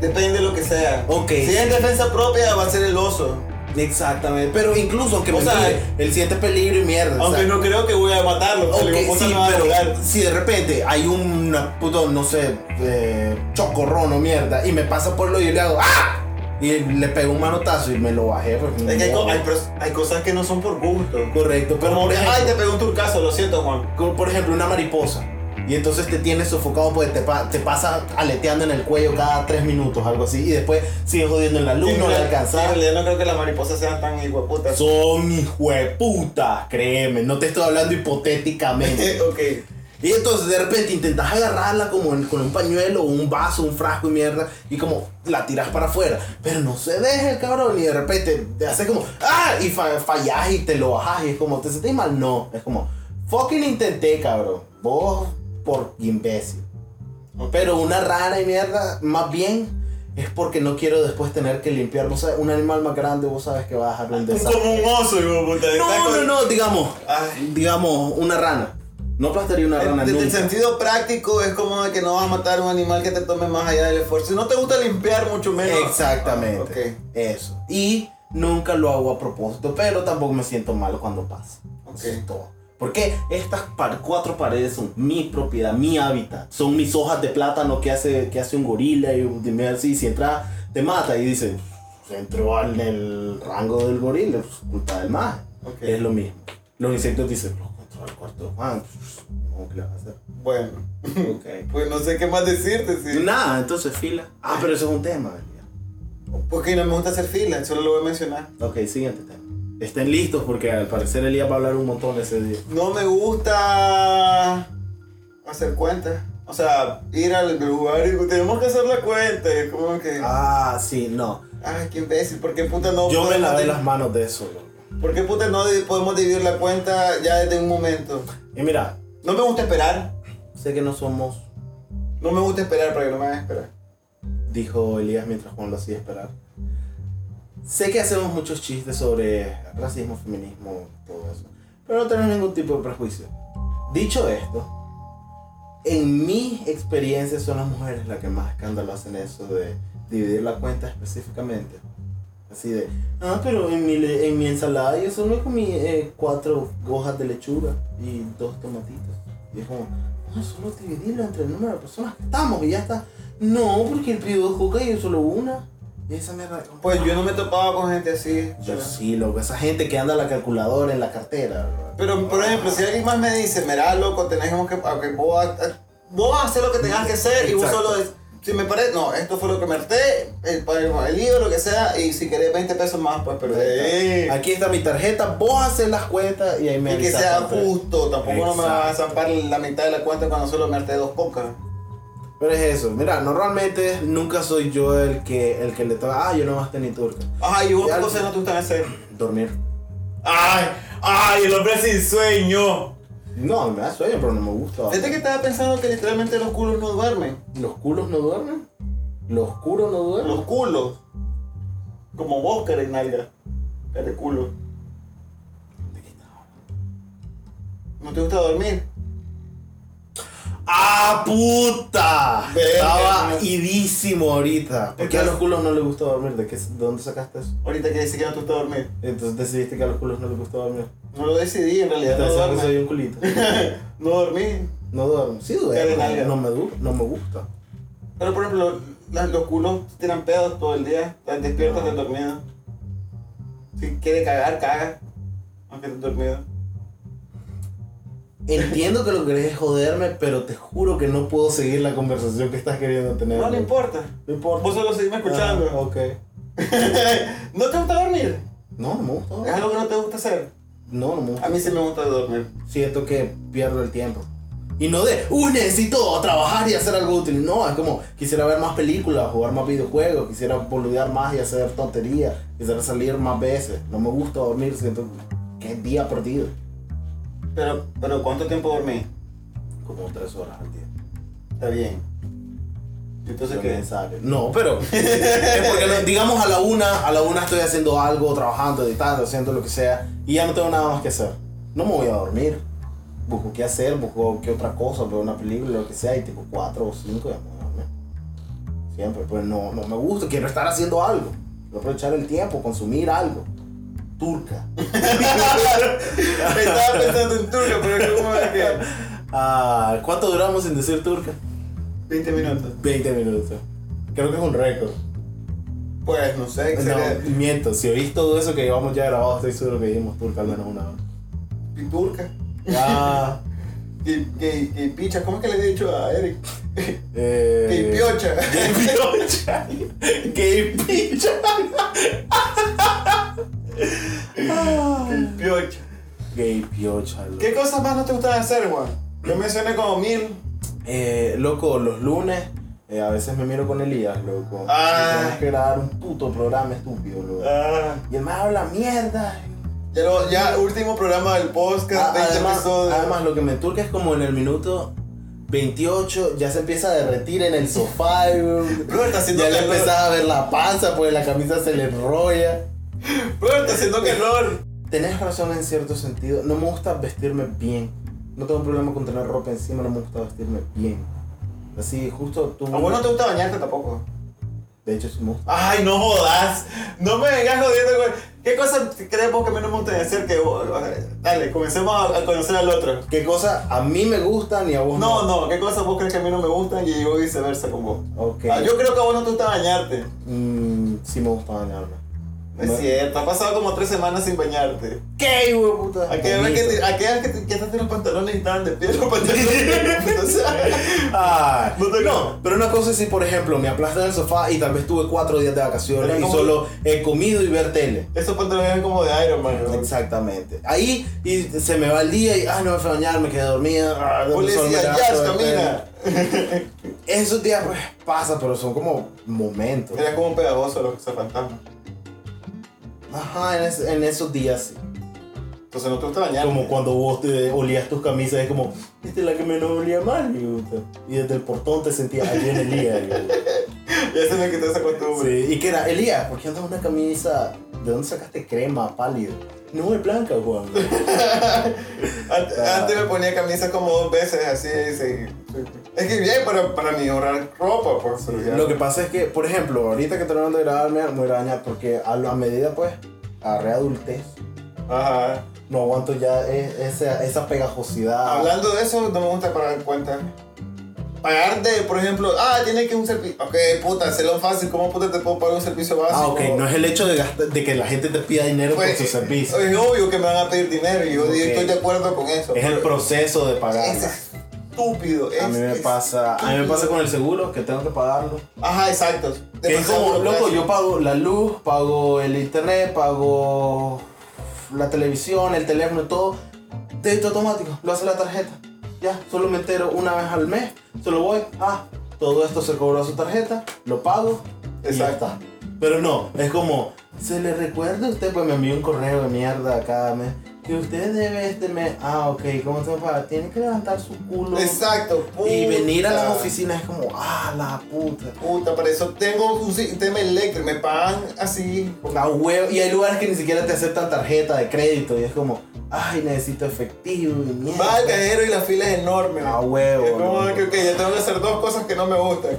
S2: Depende de lo que sea.
S3: Ok.
S2: Si es en defensa propia, va a ser el oso.
S3: Exactamente. Pero incluso aunque
S2: O
S3: me
S2: sea,
S3: tire, él siente peligro y mierda. o
S2: Aunque
S3: sea,
S2: no creo que voy a matarlo. porque
S3: ok,
S2: le digo, puta,
S3: sí,
S2: me va a
S3: pero
S2: pegar.
S3: si de repente hay un puto, no sé, eh, chocorrón o mierda, y me pasa por lo y yo le hago ¡Ah! Y le pego un manotazo y me lo bajé. pues, Porque
S2: Es que hay,
S3: no,
S2: co- hay pros- hay cosas que no son por gusto.
S3: Correcto, pero
S2: Como
S3: por
S2: que, ay,
S3: ejemplo,
S2: te pegó un turcazo, lo siento, Juan.
S3: como por ejemplo una mariposa. Y entonces te tienes sofocado porque te, pa- te pasa aleteando en el cuello cada tres minutos, algo así. Y después sigues jodiendo en la luz,
S2: Sí,
S3: no le
S2: en
S3: alcanzas.
S2: realidad no creo que las mariposas sean tan hijueputas.
S3: Son hijueputas, créeme. No te estoy hablando hipotéticamente.
S2: ok.
S3: y entonces de repente intentas agarrarla como en- con un pañuelo, un vaso, un frasco y mierda. Y como la tiras para afuera. Pero no se deja el cabrón. Y de repente te hace como ¡Ah! Y fa- fallas y te lo bajas. Y es como, ¿te sentís mal? No. Es como, fucking intenté, cabrón. Vos por imbécil. Pero una rana y mierda, más bien. Es porque no quiero después tener que limpiar. Vos sabes, un animal más grande, vos sabes que va a dejar un desastre.
S2: Como un oso, hijo de puta. Está
S3: No, no,
S2: con-
S3: no, digamos.
S2: Ay.
S3: Digamos, una rana. No aplastaría una rana
S2: Desde el
S3: nunca.
S2: sentido práctico es como de que no vas a matar un animal que te tome más allá del esfuerzo. Si no te gusta limpiar, mucho menos.
S3: Exactamente.
S2: Ah, ok.
S3: Eso. Y nunca lo hago a propósito, pero tampoco me siento mal cuando pasa.
S2: Ok.
S3: Eso es todo. Porque estas par- cuatro paredes son mi propiedad, mi hábitat. Son mis hojas de plátano que hace, que hace un gorila y un- dime así. Si entra, te mata y dice, se entró en el rango del gorila, pues, es culpa del más.
S2: Ok.
S3: Es lo mismo. Los insectos dicen, no, entró al cuarto de Juan. pues, ¿Cómo que le vas a hacer?
S2: Bueno,
S3: Ok.
S2: pues no sé qué más decirte. sí.
S3: Nada, entonces fila. Ah, pero eso es un tema. ya.
S2: Porque no me gusta hacer fila, solo lo voy a mencionar.
S3: Ok, siguiente tema. Estén listos porque al parecer Elías va a hablar un montón ese día.
S2: No me gusta. ah, hacer cuentas. O sea, ir al lugar y tenemos que hacer la cuenta. Y es como que,
S3: Ah, sí, no.
S2: ay, qué imbécil, ¿por qué puta no
S3: Yo me
S2: podemos
S3: lavé
S2: di-
S3: las manos de eso, loco.
S2: ¿Por qué puta no di- podemos dividir la cuenta ya desde un momento?
S3: Y mira,
S2: No me gusta esperar.
S3: sé que no somos,
S2: No me gusta esperar para que no me hagan esperar.
S3: dijo Elías mientras Juan lo hacía esperar. Sé que hacemos muchos chistes sobre racismo, feminismo, todo eso. Pero no tenemos ningún tipo de prejuicio. Dicho esto, en mi experiencia son las mujeres las que más escándalo hacen eso de dividir la cuenta específicamente. Así de, ah, pero en mi, le- en mi ensalada yo solo comí eh, cuatro hojas de lechuga y dos tomatitos. Y es como, no, solo dividirlo entre el número de personas que estamos y ya está. No, porque el pidió dos coca y yo solo una. Y esa mierda.
S2: Pues yo no me topaba con gente así.
S3: Pues Yo
S2: pero-
S3: sí, loco, esa gente que anda la calculadora en la cartera. bro.
S2: Pero, por ejemplo, si alguien más me dice, mirá, loco, tenemos que. ok, vos, ha- ha- vos haces lo que tengas que hacer y vos
S3: Exacto.
S2: solo. es- Si me parece. No, esto fue lo que me harté, el, el, el libro, lo que sea, y si querés 20 pesos más, pues perdés.
S3: Aquí está mi tarjeta, vos haces las cuentas y ahí me
S2: Y que
S3: avisas
S2: sea
S3: cuánto es.
S2: justo, tampoco no me vas a
S3: Exacto.
S2: zampar la mitad de la cuenta cuando solo me harté dos pocas.
S3: Pero es eso, mira, normalmente nunca soy yo el que el que le toca, ah, yo no más ni turca.
S2: Ajá, ¿y vos
S3: Ya,
S2: qué cosas no te gustan hacer?
S3: Dormir.
S2: ¡Ay! ¡Ay! El hombre sin sueño.
S3: No, me da sueño, pero no me gusta.
S2: Fíjate que estaba pensando que literalmente los culos no duermen.
S3: ¿Los culos no duermen? ¿Los culos no duermen?
S2: Los culos. Como vos, Karen Nalga. Karen culo. ¿No te gusta dormir?
S3: ¡Ah, puta!
S2: Verga,
S3: Estaba
S2: no.
S3: idísimo ahorita. ¿Por qué a
S2: Entonces-
S3: los culos no les gusta dormir? ¿De, qué, ¿De dónde sacaste eso?
S2: Ahorita que dice que no te gusta dormir.
S3: Entonces decidiste que a los culos no les gusta dormir.
S2: No lo decidí en realidad. No
S3: Entonces siempre soy
S2: dormí.
S3: un culito.
S2: no dormí.
S3: No duermo. Sí
S2: Pero
S3: duermo.
S2: nalga.
S3: No me, du- no me gusta.
S2: Pero por ejemplo, la- los culos tiran pedos todo el día. Estás despierto, estás dormido. Si quiere cagar, caga. Aunque estés dormido.
S3: Entiendo que lo que querés es joderme, pero te juro que no puedo seguir la conversación que estás queriendo tener.
S2: No le
S3: bro.
S2: importa.
S3: No importa.
S2: Vos solo seguime escuchando.
S3: Ah, ok.
S2: ¿No te gusta dormir?
S3: No, no me gusta.
S2: ¿Es algo que no te gusta hacer?
S3: No, no me gusta.
S2: A mí sí me gusta dormir.
S3: Siento que pierdo el tiempo. Y no de, uy, necesito trabajar y hacer algo útil. No, es como, quisiera ver más películas, jugar más videojuegos, quisiera boludear más y hacer tonterías, quisiera salir más veces. No me gusta dormir, siento que es día perdido.
S2: Pero, pero ¿cuánto tiempo dormí?
S3: Como tres horas al día.
S2: Está bien. Entonces,
S3: Pero
S2: ¿qué?
S3: necesario. No, pero es porque no- digamos a la una, a la una estoy haciendo algo, trabajando, editando, haciendo lo que sea, y ya no tengo nada más que hacer. No me voy a dormir. Busco qué hacer, busco qué otra cosa, veo una película, lo que sea, y tipo cuatro o cinco ya me voy a dormir. Siempre, pues no, no me gusta, quiero estar haciendo algo. Quiero aprovechar el tiempo, consumir algo. Turca.
S2: Estaba pensando en turno, pero ¿cómo es que?
S3: Ah, ¿Cuánto duramos sin decir turca?
S2: 20 minutos.
S3: 20 minutos. Creo que es un récord.
S2: Pues no sé, que sería-
S3: No, miento, si oís todo eso que llevamos ya grabado, estoy seguro que vimos turca al menos una vez.
S2: y turca.
S3: Ah,
S2: Que, que, que picha, ¿cómo es que le he dicho a Eric?
S3: eh.
S2: Que piocha.
S3: Gay piocha. Gay piocha.
S2: Que piocha.
S3: Gay piocha, loco.
S2: ¿Qué cosas más no te gustan hacer, Juan? Yo mencioné como mil.
S3: Eh, loco, los lunes eh, a veces me miro con Elías, loco.
S2: Ah.
S3: Tenemos que grabar un puto programa estúpido, loco.
S2: Ah,
S3: Y el más habla mierda.
S2: ya, lo- ya último programa del podcast,
S3: Ah,
S2: 20
S3: además,
S2: episodios.
S3: además, lo que me turca es como en el minuto 28 ya se empieza a derretir en el sofá. y-
S2: Bro, está haciendo
S3: Ya le
S2: calor.
S3: empezaba a ver la panza, pues la camisa se le enrolla.
S2: Bro, está haciendo calor.
S3: Tenés razón en cierto sentido. No me gusta vestirme bien. No tengo problema con tener ropa encima, no me gusta vestirme bien. Así, justo tú.
S2: A vos no te gusta bañarte tampoco.
S3: De hecho, sí me gusta.
S2: Ay, no jodas. No me vengas jodiendo, güey. ¿Qué cosas crees vos que a mí no me gusta hacer que vos- Dale, comencemos a, a conocer al otro.
S3: ¿Qué cosas a mí me gustan y a vos
S2: No, no, ¿qué cosas vos crees que a mí no me gustan y yo viceversa con vos?
S3: Ok.
S2: Ah, yo creo que a vos no te gusta bañarte.
S3: Mm, sí me gusta bañarme.
S2: No es cierto, has pasado como tres semanas sin bañarte.
S3: ¿Qué, hijo de puta?
S2: Aquella vez que,
S3: Vomito.
S2: te, aquella vez que te quitaste los pantalones y estaban de pie los pantalones.
S3: Ah,
S2: No te-
S3: no, pero una cosa es si, por ejemplo, me aplastan en el sofá y tal vez tuve cuatro días de vacaciones
S2: Pero
S3: y
S2: como-
S3: solo he comido y ver tele.
S2: Estos pantalones son como de Iron Man. ¿no?
S3: Exactamente. Ahí y se me va el día y, ah, no me fui a bañar, me quedé dormida. ah, no, solo me
S2: Policía,
S3: levanto
S2: jazz,
S3: de
S2: camina.
S3: tele. Esos días, pues, pasa, pero son como momentos.
S2: Mira como un pegajoso los fantasmas.
S3: Ajá, en, es- en esos días sí.
S2: Entonces no te gusta bañar.
S3: Como cuando vos te olías tus camisas, es como, esta es la que menos olía mal, y puta. y desde el portón te sentías allí en Elías. y puta.
S2: Ya se me quitó esa costumbre.
S3: Sí, y que era, Elías, ¿por qué andas una camisa? ¿De dónde sacaste crema, pálido? No, es blanca, Juan.
S2: Ant-
S3: Ah.
S2: Antes me ponía camisa como dos veces así. y se- Es que bien para, para ni ahorrar ropa, por su
S3: Lo que pasa es que, por ejemplo, ahorita que terminando de grabarme, me voy a ir a bañar porque a la medida, pues, agarré adultez.
S2: Ajá.
S3: No aguanto ya e- esa, esa pegajosidad.
S2: Hablando de eso, no me gusta pagar cuenta. Pagar de, por ejemplo, ah, tiene que un servicio. Ok, puta, lo fácil. ¿Cómo puta te puedo pagar un servicio básico?
S3: Ah, ok, no es el hecho de, gastar- de que la gente te pida dinero
S2: Pues,
S3: por su servicio.
S2: Es obvio que me van a pedir dinero y yo
S3: Ok.
S2: estoy de acuerdo con eso.
S3: Es el proceso de pagar.
S2: Es estúpido.
S3: A mí me
S2: es
S3: pasa, a mí me pasa con el seguro que tengo que pagarlo.
S2: Ajá, exacto.
S3: Que es como, loco, yo pago la luz, pago el internet, pago la televisión, el teléfono, todo. Débito automático, lo hace la tarjeta. Ya, solo me entero una vez al mes, solo voy, ah, todo esto se cobró a su tarjeta, lo pago y ya
S2: Exacto.
S3: está. Pero no, es como, se le recuerda a usted, pues me envió un correo de mierda cada mes, que usted debe este mes, ah, ok, ¿cómo se va a pagar? Tiene que levantar su culo.
S2: Exacto, puta.
S3: Y venir a las oficinas es como, ah, la puta.
S2: Puta, para eso tengo un sistema eléctrico. Me pagan así.
S3: A huevo. Y hay lugares que ni siquiera te aceptan tarjeta de crédito. Y es como, ay, necesito efectivo y mierda.
S2: Va al cajero y la fila es enorme.
S3: A Ah, huevo,
S2: Es como
S3: loco.
S2: que, ok, ya tengo que hacer dos cosas que no me gustan.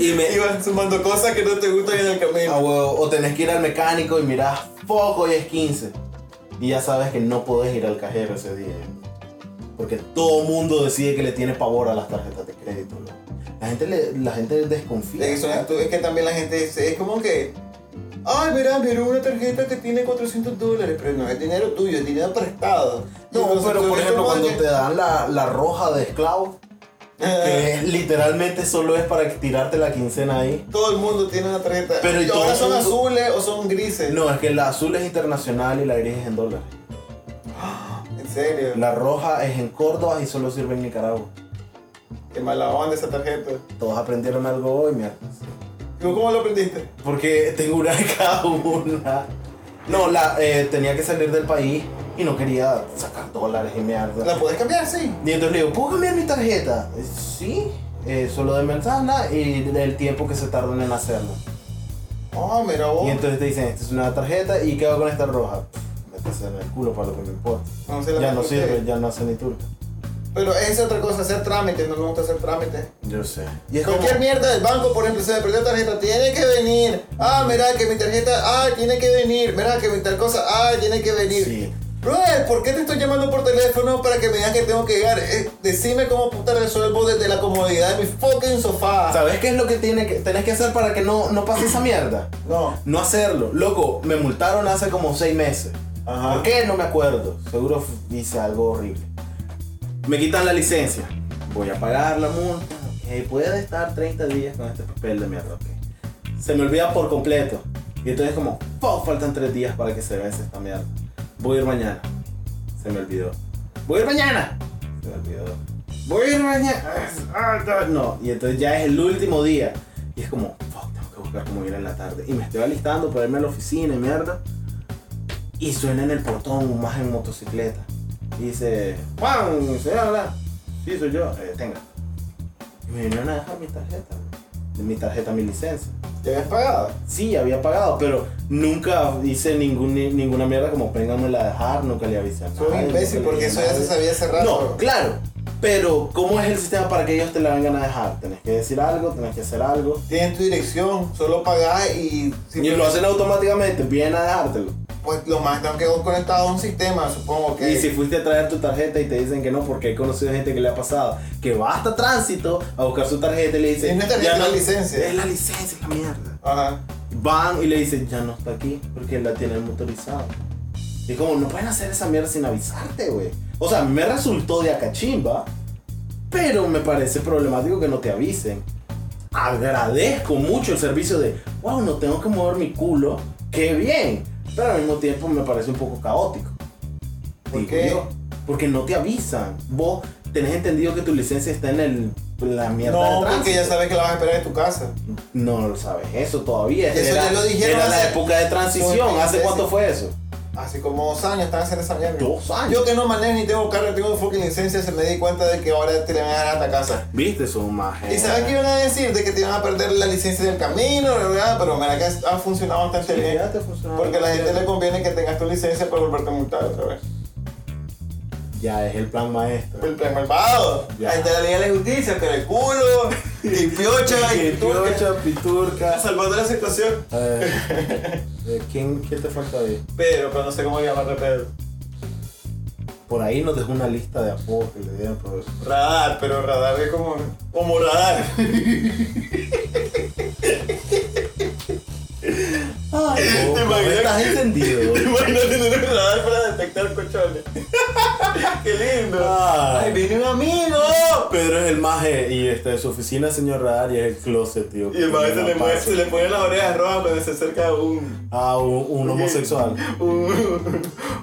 S3: Y me-
S2: Y van sumando cosas que no te gustan en el
S3: A
S2: camino.
S3: Ah, huevo. O tenés que ir al mecánico y mirás, fuck, hoy es 15. Y ya sabes que no podés ir al cajero ese día. ¿eh? Porque todo mundo decide que le tiene pavor a las tarjetas de crédito. loco. La gente, le, la gente desconfía.
S2: Es que son actu- es que también la gente dice, es como que. Ay, mira, mira una tarjeta que tiene 400 dólares, pero no es dinero tuyo, es dinero prestado.
S3: No,
S2: Entonces,
S3: pero
S2: tú
S3: por
S2: ves
S3: ejemplo,
S2: como Eh.
S3: cuando
S2: que- "Ah,
S3: te dan la, la roja de esclavo, que es- literalmente solo es para tirarte la quincena ahí.
S2: Todo el mundo tiene una tarjeta.
S3: Pero, ¿y
S2: ¿Y ahora
S3: todo
S2: son
S3: el mundo?
S2: azules o son grises?
S3: No, es que la azul es internacional y la gris es en dólares.
S2: En serio.
S3: La roja es en Córdoba y solo sirve en Nicaragua.
S2: Qué mala onda esa tarjeta.
S3: Todos aprendieron algo hoy, mierda.
S2: ¿Tú cómo lo aprendiste?
S3: Porque tengo una de cada una. No, la, eh, tenía que salir del país y no quería sacar dólares y mierda.
S2: ¿La puedes cambiar? Sí.
S3: Y entonces le digo, ¿puedo cambiar mi tarjeta? Eh, Sí, eh, solo de manzana y el tiempo que se tardan en hacerlo.
S2: Oh, mira
S3: Y
S2: vos.
S3: entonces te dicen, esta es una tarjeta y ¿qué hago con esta roja? Pff, Métese en el culo para lo que me importa.
S2: No sé la
S3: Ya
S2: que
S3: no
S2: usted-
S3: sirve, ya no hace ni turca.
S2: Pero es otra cosa, hacer trámites. No me gusta hacer trámites.
S3: Yo sé. Y es
S2: Cualquier
S3: como-
S2: mierda del banco, por ejemplo, se me perdió tarjeta, tiene que venir. Ah, mira que mi tarjeta, ah, tiene que venir. Mira que mi tal cosa, ah, tiene que venir.
S3: Sí.
S2: Brother, ¿por qué te estoy llamando por teléfono para que me digas que tengo que llegar? Eh, decime cómo puta resuelvo desde la comodidad de mi fucking sofá.
S3: ¿Sabes qué es lo que, tiene que tenés que hacer para que no, no pase esa mierda?
S2: No.
S3: No hacerlo. Loco, me multaron hace como seis meses.
S2: Ajá.
S3: ¿Por qué? No me acuerdo. Seguro f- hice algo horrible. Me quitan la licencia. Voy a pagar la multa. Ok, puede estar 30 días con este papel de mierda. ok. Se me olvida por completo. Y entonces como, "Fuck, faltan tres días para que se vence esta mierda. Voy a ir mañana. Se me olvidó. Voy a ir mañana. Se me olvidó. Voy a ir mañana. Ah, ah, No, y entonces ya es el último día. Y es como, fuck, tengo que buscar cómo ir en la tarde. Y me estoy alistando para irme a la oficina y mierda. Y suena en el portón un maje en motocicleta. Y dice, Juan, señora. Sí, soy yo. Eh, tenga. Y me vinieron a dejar mi tarjeta. güey. Mi tarjeta, mi licencia.
S2: ¿Te habías pagado?
S3: Sí, había pagado, pero nunca hice ningún, ni- ninguna mierda como vénganmela a dejar, nunca le avisé a nadie.
S2: Soy un imbécil
S3: nunca le dije
S2: porque eso
S3: a
S2: ya
S3: nadie.
S2: se sabía hace
S3: No,
S2: rato.
S3: claro. Pero, ¿cómo es el sistema para que ellos te la vengan a dejar? Tenés que decir algo, tenés que hacer algo.
S2: Tienes tu dirección, solo pagás y si
S3: Y lo hacen automáticamente, vienen a dejártelo.
S2: pues lo más que quedó conectado a un sistema, supongo que.
S3: Y si fuiste a traer tu tarjeta y te dicen que no, porque he conocido gente que le ha pasado, que va hasta tránsito a buscar su tarjeta y le dicen,
S2: Es la tarjeta,
S3: "Ya
S2: es la licencia".
S3: Es la licencia, es la mierda.
S2: Ajá.
S3: Van y le dicen, ya no está aquí, porque la tienen motorizado. Y como, no pueden hacer esa mierda sin avisarte, güey. O sea, me resultó de acachimba, pero me parece problemático que no te avisen. Agradezco mucho el servicio de, wow, no tengo que mover mi culo, qué bien. Pero al mismo tiempo me parece un poco caótico.
S2: ¿Por
S3: Digo
S2: qué?
S3: yo, porque no te avisan. Vos tenés entendido que tu licencia está en el, la mierda de
S2: No,
S3: tránsito.
S2: porque ya sabes que la vas a esperar en tu casa.
S3: No lo sabes, eso todavía.
S2: Eso
S3: era
S2: ya lo dijeron
S3: era la
S2: hace-
S3: época de transición.
S2: Porque-
S3: ¿Hace cuánto fue eso?
S2: Hace como dos años están haciendo esa mierda.
S3: Dos años.
S2: Yo que no manejo ni tengo carro, tengo fucking licencia, se me di cuenta de que ahora te la van a dar hasta casa.
S3: Viste, son más.
S2: ¿Y sabes qué iban a decir? De que te iban a perder la licencia del camino, ¿verdad? Pero mira que ha funcionado bastante bien. Porque a la gente le conviene que tengas tu licencia para volverte a multar otra vez.
S3: Ya es el plan maestro.
S2: El plan malvado.
S3: Ya.
S2: Ahí está la Liga de la Justicia, pero el culo, y piocha, y turca.
S3: Piocha, piturca.
S2: Salvando la situación.
S3: Eh, eh, ¿quién, ¿Quién te falta ahí?
S2: Pedro, pero no sé cómo llamarle Pedro.
S3: Por ahí nos dejó una lista de apodos que le dieron, pero
S2: Radar, pero radar es como. Como radar.
S3: Ay, ¿cómo
S2: ¿Te imaginas?
S3: estás encendido.
S2: Imagínate tener un radar para detectar colchones. ¡Qué lindo!
S3: Ay.
S2: viene un amigo!
S3: Pedro es el maje y está en su oficina, señor Radar, y es el closet, tío.
S2: Y el maestro se le,
S3: La
S2: mueve,
S3: pasa.
S2: se le pone las orejas rojas cuando se acerca un.
S3: Ah, un, un homosexual.
S2: Un.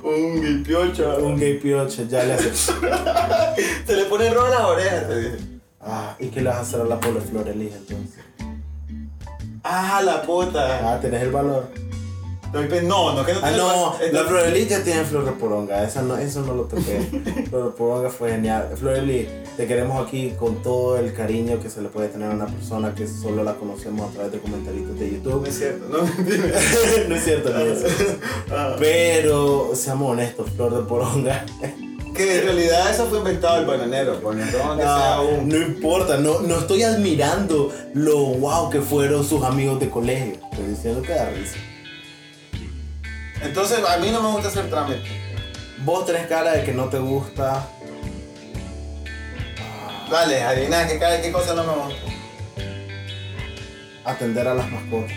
S2: Un gay piocha.
S3: Un gay pioche, ya le hace.
S2: Se le pone rojas las orejas, te dije.
S3: Ah, ¿y qué le vas a hacer a la pobre flor elija entonces?
S2: ¡Ah, la puta!
S3: Ah, tenés el valor.
S2: Estoy pe- No, no, es que no
S3: Ah,
S2: tiene
S3: no,
S2: más- esto-
S3: la Florelí ya tiene Floroporonga, esa no, eso no lo toqué. Floroporonga fue genial. Florelí, te queremos aquí con todo el cariño que se le puede tener a una persona que solo la conocemos a través de comentarios de
S2: No
S3: YouTube.
S2: es cierto, no, dime.
S3: no es cierto, no es cierto.
S2: Ah,
S3: Pero seamos honestos, Flor de Poronga.
S2: que en realidad eso fue inventado el bananero, por entonces sea
S3: No,
S2: un.
S3: Ah, no importa, no, no estoy admirando lo wow que fueron sus amigos de colegio. Estoy diciendo que da risa.
S2: Entonces, a mí no me gusta hacer trámites.
S3: Vos tenés cara de que no te gusta.
S2: Dale, adivina que cada qué cosa no me gusta.
S3: atender a las mascotas.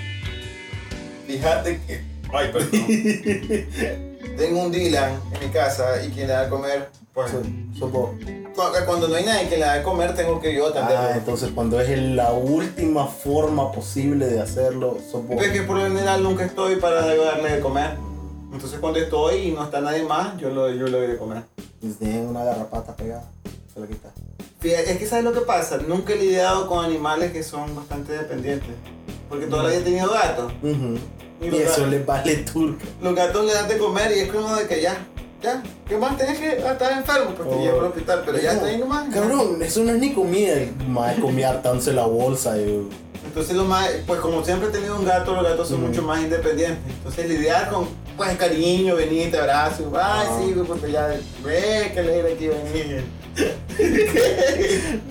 S2: Fíjate que. Ay, perdón. Tengo un Dylan en mi casa y quien le da de comer. Pues,
S3: Son- son vos.
S2: cu- cuando no hay nadie que le da de comer, tengo que yo
S3: Ah,
S2: atenderlo.
S3: entonces cuando es la última forma posible de hacerlo, son vos.
S2: Pero es que por lo general nunca estoy para darle de comer. Entonces, cuando estoy y no está nadie más, yo, lo, yo le doy de comer.
S3: Y si tienen una garrapata pegada, se la quita.
S2: Fíjate, es que sabes lo que pasa, nunca he lidiado con animales que son bastante dependientes. Porque todavía he tenido gatos.
S3: Ujú.
S2: Y
S3: Y
S2: los
S3: eso
S2: gatos-
S3: les vale turca.
S2: Los gatos le dan de comer y es como de que ya, ya, ¿qué más tenés que ah, estar enfermo? Pues te
S3: Oh.
S2: llevo al hospital, pero ya
S3: No,
S2: estoy nomás.
S3: Cabrón, eso no es ni comida. Más comida hartándose la bolsa. y-
S2: Entonces lo más, pues como siempre he tenido un gato, los gatos son
S3: Ujú.
S2: mucho más independientes. Entonces lidiar con pues cariño, venir, te abrazo, ay
S3: Ah.
S2: sí, porque ya ve que leer aquí venir.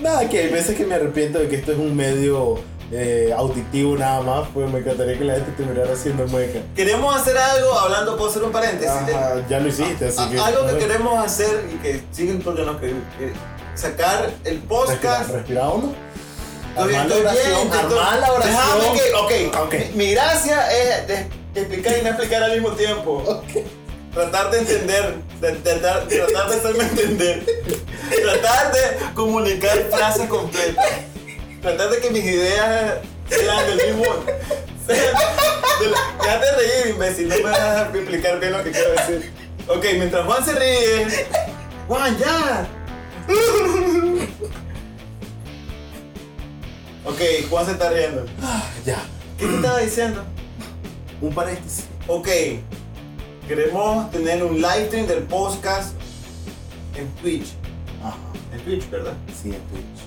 S3: Nada, que hay veces que me arrepiento de que esto es un medio eh, auditivo nada más, pues me encantaría que la gente estuviera haciendo mueca.
S2: Queremos hacer algo, hablando, puedo hacer un paréntesis. ¿eh?
S3: Ajá, ya lo hiciste, así
S2: A-
S3: que.
S2: algo que queremos hacer y que siguen porque nos que, que sacar el
S3: Respira,
S2: podcast.
S3: respira hondo.
S2: Estoy bien,
S3: Armá la
S2: estoy bien,
S3: oración,
S2: estoy-
S3: armá la oración.
S2: Déjame que, ok,
S3: Ok.
S2: Mi, mi gracia es de- de explicar y no explicar al mismo tiempo. Tratar de entender, de- de- de- tratar de hacerme entender. tratar de comunicar frases completas. Tratar de que mis ideas sean del mismo. sean del- Déjate reír, imbécil, no me vas a dejar explicar bien lo que quiero decir. Ok, mientras Juan se ríe. Juan, ya. Ok, Juan se está riendo.
S3: Ya,
S2: ¿Qué te estaba diciendo?
S3: un paréntesis.
S2: Ok, queremos tener un live stream del podcast en Twitch.
S3: Ajá.
S2: En Twitch, ¿verdad?
S3: Sí, en Twitch.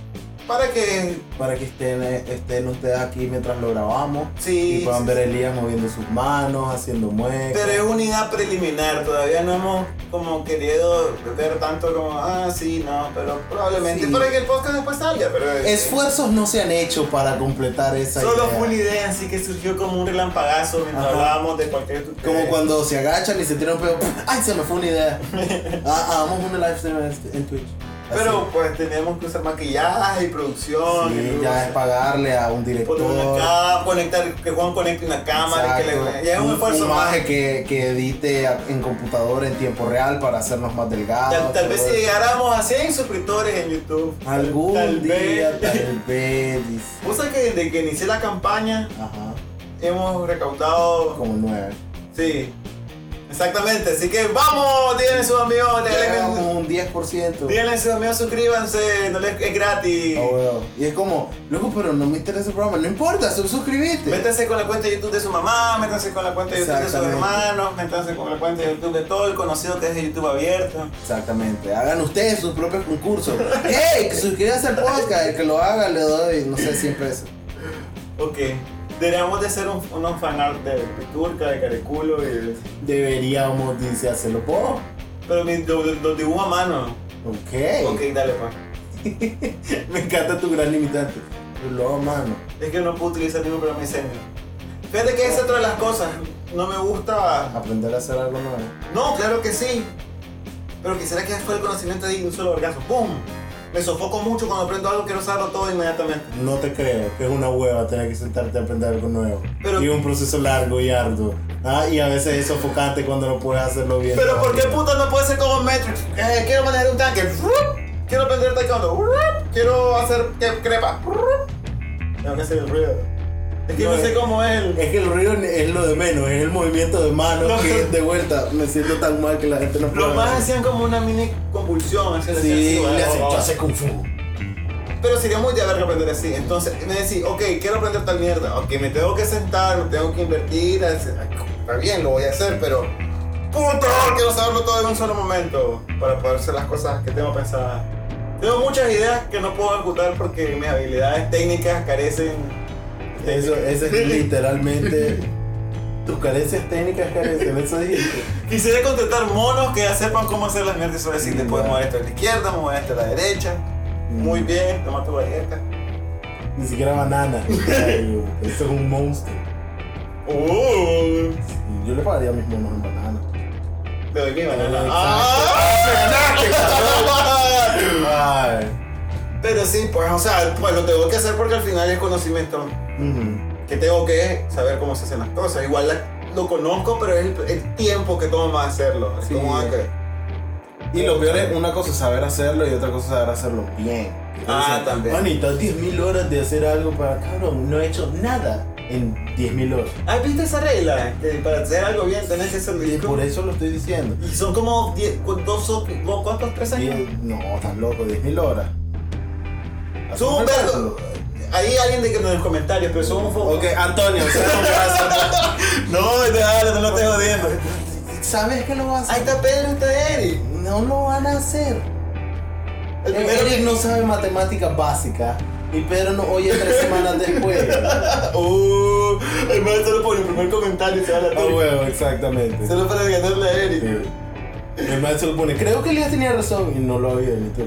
S2: Para que.
S3: Para que estén, eh, estén ustedes aquí mientras lo grabamos.
S2: Sí,
S3: Y puedan
S2: sí,
S3: ver a
S2: sí.
S3: Elías moviendo sus manos, haciendo muecas.
S2: Pero es una idea preliminar, todavía no hemos como querido ver tanto como, ah, sí, no, pero probablemente.
S3: Sí.
S2: Para que el podcast después salga, pero.
S3: Esfuerzos no se han hecho para completar esa
S2: Solo
S3: idea.
S2: fue una idea, así que surgió como un relampagazo mientras
S3: Ajá.
S2: hablábamos de cualquier. eh,
S3: Como cuando se agachan y se tiran un pedo. ¡Ay, se me fue una idea! ah, ah, vamos a una live stream en- en Twitch.
S2: Pero
S3: Así.
S2: pues teníamos que usar maquillaje y producción.
S3: Sí,
S2: y
S3: ya es pagarle a un
S2: Poner una
S3: director.
S2: cámara, conectar, que Juan conecte una cámara. y Que
S3: Exacto.
S2: le, ya es un esfuerzo más.
S3: maje que, que edite a- en computadora en tiempo real para hacernos más delgados.
S2: Tal, tal vez
S3: todo
S2: si
S3: eso.
S2: llegáramos a 100 suscriptores en YouTube. tal-
S3: Algún
S2: tal
S3: día,
S2: vez.
S3: tal vez. dice.
S2: Vos sabés que desde que inicié la campaña
S3: Ajá.
S2: hemos recaudado.
S3: Como nueve.
S2: Sí. Exactamente. Así que vamos, díganle a sus amigos,
S3: Llegamos
S2: díganle,
S3: un 10%.
S2: díganle a sus amigos, suscríbanse, no les- es gratis.
S3: Ah, weón. Y es como, loco, pero no me interesa el programa. No importa, sub- suscribiste.
S2: Métanse con la cuenta de YouTube de su mamá, métanse con la cuenta de YouTube de sus
S3: Exactamente.
S2: hermanos, métanse con la cuenta de YouTube de todo el conocido que es de YouTube abierto.
S3: Exactamente. Hagan ustedes sus propios concursos. ¡Hey! Que suscribas al podcast. El que lo haga le doy, no sé, 100 pesos.
S2: Ok. Deberíamos de hacer un, unos fanart de Piturca, de Careculo y de-
S3: Deberíamos, dice, hacerlo por.
S2: Pero mi- lo, lo dibujo a mano. Ok,
S3: Ok.
S2: dale pa.
S3: Me encanta tu gran limitante. Pero Lo hago a mano.
S2: Es que no puedo utilizar ningún programa de diseño. Fíjate que es otra de las cosas. No me gusta.
S3: Aprender a hacer algo nuevo.
S2: No, claro que sí. Pero quisiera que fuera el conocimiento de un solo orgasmo. ¡Pum! Me sofoco mucho cuando aprendo algo, quiero saberlo todo inmediatamente.
S3: No te creo, que es una hueva tener que sentarte a aprender algo nuevo.
S2: Pero-
S3: y un proceso largo y arduo. Ah, y a veces es sofocante cuando no puedes hacerlo bien.
S2: Pero ¿por qué puta no puede ser como Matrix? Eh, quiero manejar un tanque. ¡Rup! Quiero aprender taekwondo. ¡Rup! Quiero hacer que- crepa. ¡Rup! Tengo que hacer el ruido. Es que
S3: No,
S2: no,
S3: eh.
S2: sé cómo es el...
S3: Es que el ruido es lo de menos, es el movimiento de manos
S2: No.
S3: que de vuelta me siento tan mal que la gente no
S2: Los
S3: puede.
S2: más hacían como una mini convulsión. así, así,
S3: Sí,
S2: así,
S3: le
S2: oh,
S3: hacen,
S2: oh.
S3: yo hace kung fu.
S2: Pero sería muy de verga aprender así. Entonces me decís, ok, quiero aprender tal mierda. Ok, me tengo que sentar, me tengo que invertir. hacer- Está bien, lo voy a hacer, pero. ¡Puto! Quiero saberlo todo en un solo momento para poder hacer las cosas que tengo pensadas. Tengo muchas ideas que no puedo ejecutar porque mis habilidades técnicas carecen.
S3: Eso, eso es literalmente tus carencias técnicas carecen, eso dijiste.
S2: Quisiera contratar monos que ya sepan cómo hacer las mierdas. Solo decir, después mover esto a la izquierda, mover esto a la derecha.
S3: Mm.
S2: Muy bien, toma tu galleta.
S3: Ni siquiera banana. Ay, Eso es un monstruo.
S2: ¡Uh!
S3: Yo le pagaría a mis monos en banana.
S2: Te doy mi banana.
S3: Exacto.
S2: ¡Ah!
S3: Ay.
S2: Pero sí, pues, o sea, pues lo tengo que hacer porque al final es conocimiento
S3: Ujú.
S2: que tengo que saber cómo se hacen las cosas. Igual la- lo conozco, pero es el, el tiempo que toma más hacerlo. Es
S3: Sí.
S2: como ah, que,
S3: Y lo peor es una cosa es saber hacerlo y otra cosa es saber hacerlo bien.
S2: Ah,
S3: Entonces,
S2: también.
S3: Manito, 10.000 horas de hacer algo para cabrón, no he hecho nada en 10.000 horas.
S2: ¿Has visto Ah, esa regla? Que para hacer algo bien tenés que hacerlo.
S3: Y
S2: Y,
S3: Ah. por eso lo estoy diciendo.
S2: y son como 10, cu- dos o- ¿cu- ¿cuántos? ¿Tres años?
S3: Diez- no, estás loco, 10.000 horas. Haz
S2: Son
S3: un
S2: un
S3: cálculo.
S2: vergo. Ahí alguien de que en los comentarios, pero son un poco.
S3: Ok, Antonio, ¿sabes lo que vas a hacer?
S2: No, te hablo, te lo estoy jodiendo.
S3: ¿Sabes que lo vas a
S2: Ahí
S3: hacer?
S2: está Pedro, ahí está Eric.
S3: No lo van a hacer.
S2: El
S3: Eh,
S2: primero
S3: Eric
S2: que-
S3: no sabe matemáticas básicas y Pedro no oye tres semanas después.
S2: Uh, el man solo por el primer comentario se va a la
S3: Ah,
S2: tele.
S3: huevo, exactamente.
S2: Solo para ganarle a Eric.
S3: El maestro pone, creo que Elías tenía razón y no lo había ni tú.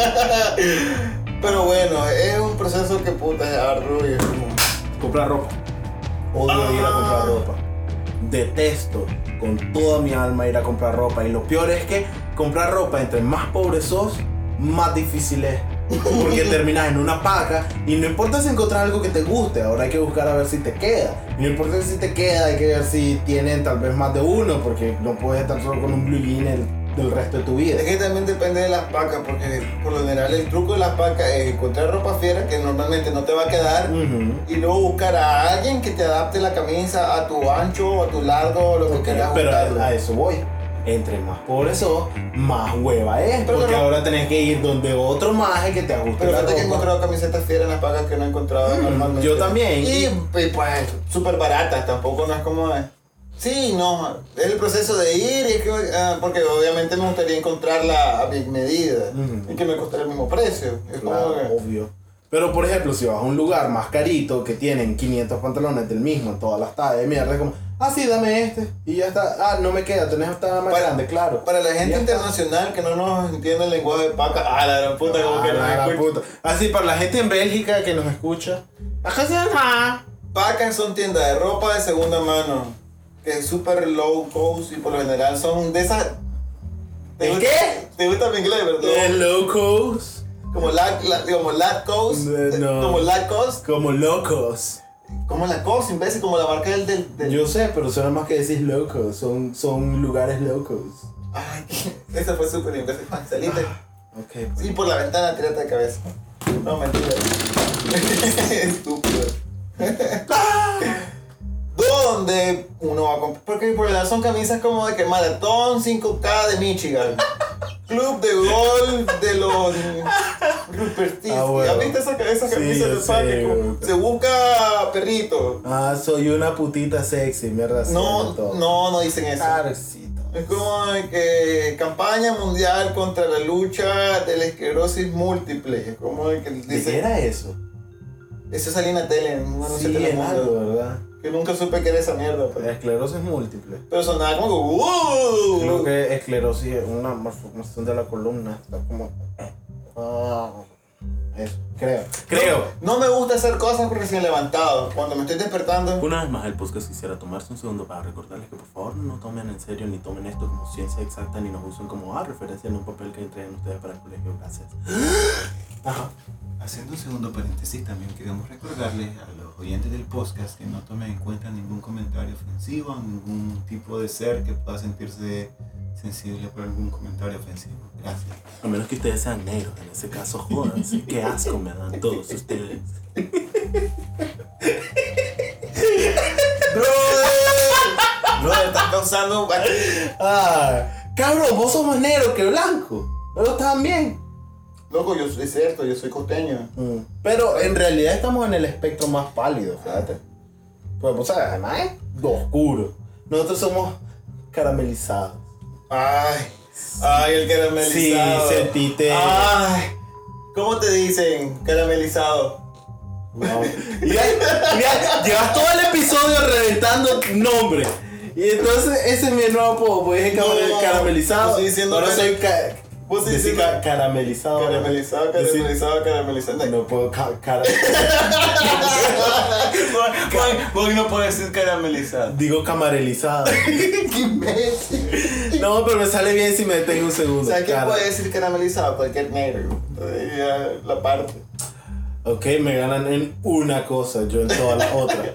S2: Pero bueno, es un proceso que puta es arduo y es como.
S4: Comprar ropa.
S3: Odio ir a
S2: Ah.
S3: comprar ropa. Detesto con toda mi alma ir a comprar ropa. Y lo peor es que comprar ropa entre más pobre sos, más difícil es. Porque terminas en una paca y no importa si encontrar algo que te guste, ahora hay que buscar a ver si te queda. Y no importa si te queda, hay que ver si tienen tal vez más de uno, porque no puedes estar solo con un blue jean el- del resto de tu vida.
S2: Es que también depende de las pacas, porque por lo general el truco de las pacas es encontrar ropa fiera que normalmente no te va a quedar
S3: Ujú.
S2: y luego buscar a alguien que te adapte la camisa a tu ancho, a tu largo, lo que quieras
S3: Pero
S2: buscarlo.
S3: a, a eso voy. Entre más pobre sos, más hueva es.
S2: Pero
S3: porque
S2: no-
S3: ahora tenés que ir donde otro maje que te ajuste
S2: Pero
S3: la
S2: fíjate que he
S3: ropa.
S2: encontrado camisetas fieras en las pacas que no he encontrado normalmente.
S3: Mm. yo también.
S2: Y, y, pues, súper baratas, tampoco no es como. de- Sí, no, es el proceso de ir, y es que, ah, porque obviamente me gustaría encontrarla a mi medida
S3: Ujú.
S2: y que me costara el mismo precio. Es como
S3: Mm. Claro,
S2: que-
S3: obvio. Pero por ejemplo, si vas a un lugar más carito que tienen 500 pantalones del mismo en todas las tallas de mierda, es como, ah, sí, dame este. Y ya está. Ah, no me queda, tenés esta más
S2: Para-
S3: grande, claro.
S2: Para la gente
S3: Ya está.
S2: internacional que no nos entiende el lenguaje de paca, ah, la gran puta, como
S3: Ah,
S2: que pues, no
S3: la
S2: escucha.
S3: puta. Así, para la gente en Bélgica que nos escucha. Ajá, sí, ajá.
S2: Pacas son tiendas de ropa de segunda mano, que es súper low cost y por lo general son de esas ¿Te gusta-
S3: qué?
S2: ¿Te gusta mi inglés,
S3: Eh,
S2: verdad?
S3: locos.
S2: Como la, la- como lactose,
S3: No, no.
S2: como lactose,
S3: Como locos.
S2: como la cosa, imbécil, como la marca del, del, del-
S3: Yo sé, pero suena más que decir locos. Son, son lugares locos.
S2: Ay, esa fue súper imbécil, Juan, salite.
S3: Ok.
S2: Sí, por la ventana, tirate de cabeza. No, mentira. Estúpido. ¿Dónde uno va a comprar? Porque por verdad son camisas como de que Maratón 5K de Michigan. Club de golf de los Rupertistas.
S3: Ah, bueno.
S2: ¿Ya viste esa, esa
S3: Sí,
S2: camisa
S3: yo
S2: de
S3: sé,
S2: pánico?
S3: güey.
S2: Se busca perrito.
S3: Ah, soy una putita sexy, mierda. sí,
S2: No,
S3: todo. Ah.
S2: no, no dicen eso.
S3: Clarecito.
S2: Es como de que campaña mundial contra la lucha de la esclerosis múltiple. Es como de que
S3: ¿De
S2: dicen
S3: qué era eso?
S2: Eso salía en la tele, en una noche
S3: sí,
S2: de
S3: en algo, Eh.
S2: Telemundo.
S3: ¿verdad?
S2: Que nunca supe que era esa mierda, pero,
S3: Esclerosis múltiple.
S2: pero sonaba como que, "Uh".
S3: Creo que esclerosis es una malformación de la columna. Está como. Ah, eso, creo.
S1: Creo.
S2: No me gusta hacer cosas recién levantado. Cuando me estoy despertando,
S1: Una vez más, el podcast quisiera tomarse un segundo para recordarles que por favor no tomen en serio ni tomen esto como ciencia exacta ni nos usen como ah, referencia en un papel que entreguen ustedes para el colegio. Gracias.
S5: Haciendo un segundo paréntesis, también queremos recordarles a los oyentes del podcast que no tomen en cuenta ningún comentario ofensivo, ningún tipo de ser que pueda sentirse sensible por algún comentario ofensivo. Gracias.
S1: A menos que ustedes sean negros, en ese caso jodan. Qué asco me dan todos ustedes.
S2: brother, brother, estás causando.
S3: Ah, cabrón, vos sos más negro que blanco. Pero también. Mm.
S2: Loco, yo soy cierto, yo soy costeño.
S3: Pero en realidad estamos en el espectro más pálido, fíjate. Pues, vos sabes, además es oscuro. Nosotros somos caramelizados.
S2: Ay, ay, el caramelizado.
S3: Sí, sentite.
S2: Ay, ¿cómo te dicen caramelizado?
S3: Wow. Y ahí- y ahí- llevas todo el episodio reventando nombres. Y entonces ese es mi nuevo apodo, pues es
S2: No,
S3: caramel- caramelizado.
S2: estoy diciendo
S3: Ahora
S2: que-
S3: soy ca-
S2: Vos te
S3: decir
S2: dicen
S3: ca- caramelizado.
S2: caramelizado,
S3: Decir-
S2: caramelizado, caramelizado.
S3: No puedo ca- cara-
S5: Voy no puede ser caramelizado.
S3: digo camarelizado.
S2: ¡Qué imbécil!
S3: No, pero me sale bien si me detengo un segundo.
S2: O sea, ¿qué Pues-
S3: cara.
S2: puede decir caramelizado? Cualquier negro. Entonces, ya, La parte.
S3: Ok, me ganan en una cosa, yo en todas las otras.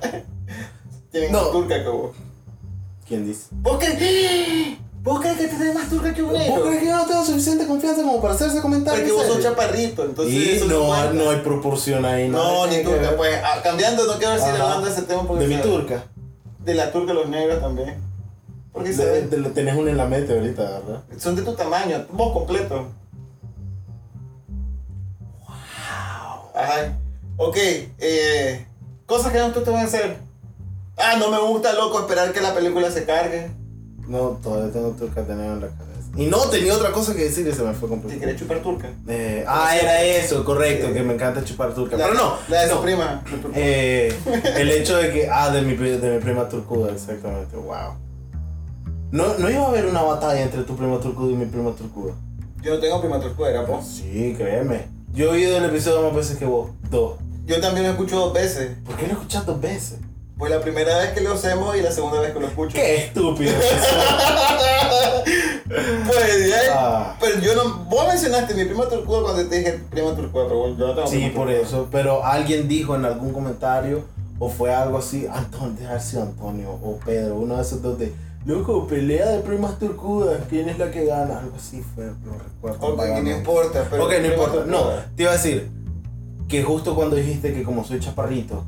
S2: Tienen
S3: No.
S2: más turca que vos.
S3: ¿Quién dice?
S2: ¿Vos crees, ¿Vos crees que tenés más turca que un
S3: ¿Vos crees
S2: negro?
S3: que yo no tengo suficiente confianza como para hacerse comentarios?
S2: Porque vos sos
S3: serios?
S2: chaparrito, entonces
S3: Y
S2: eso
S3: no,
S2: cuenta.
S3: no hay proporción ahí.
S2: No, ni
S3: Tiene que
S2: turca,
S3: ver.
S2: pues ah, cambiando, no quiero seguir
S3: Ajá.
S2: hablando de ese tema porque
S3: De mi
S2: se-
S3: turca.
S2: De la turca los negros también. Porque se
S3: De-
S2: ven-
S3: de- tenés una en la mente ahorita, ¿verdad?
S2: son de tu tamaño, vos completo. Wow. Ajá. Ok, eh, cosas que no tú te van a hacer. Ah, no me gusta, loco, esperar que la película se cargue.
S3: No, todavía tengo turca tenía en la cabeza. Y no, tenía otra cosa que decir y se me fue
S2: Si
S3: completamente.
S2: querés chupar turca.
S3: Eh, ah, era eso, correcto, que me encanta chupar turca.
S2: La-
S3: Pero no,
S2: La de su
S3: no.
S2: prima. de tu-
S3: Eh, el hecho de que. Ah, de mi, pri- de mi prima turcuda, exactamente. Wow. No, no iba a haber una batalla entre tu prima turcuda y mi prima turcuda.
S2: Yo no tengo prima turca, era vos.
S3: Sí, créeme. Yo he oído el episodio más veces que vos. Dos.
S2: Yo también lo escucho dos veces.
S3: ¿Por qué lo escuchas dos veces?
S2: Pues la primera vez que lo hacemos y la segunda vez que lo escucho.
S3: Qué estúpido.
S2: Pues ya.
S3: Ah.
S2: Pero yo no. Vos mencionaste mi prima turcuda cuando te dije prima turcuda, pero yo no tengo
S3: Sí,
S2: prima
S3: por
S2: turcuda.
S3: eso. Pero alguien dijo en algún comentario, o fue algo así, Antonio, dejar sido Antonio o Pedro, uno de esos dos de, loco, pelea de primas turcudas, ¿quién es la que gana? Algo así fue, no recuerdo.
S2: Ok, que no
S3: vagamente.
S2: importa. Pero
S3: Ok, no
S2: prima
S3: importa. No,
S2: turcuda.
S3: te iba a decir que justo cuando dijiste que como soy chaparrito,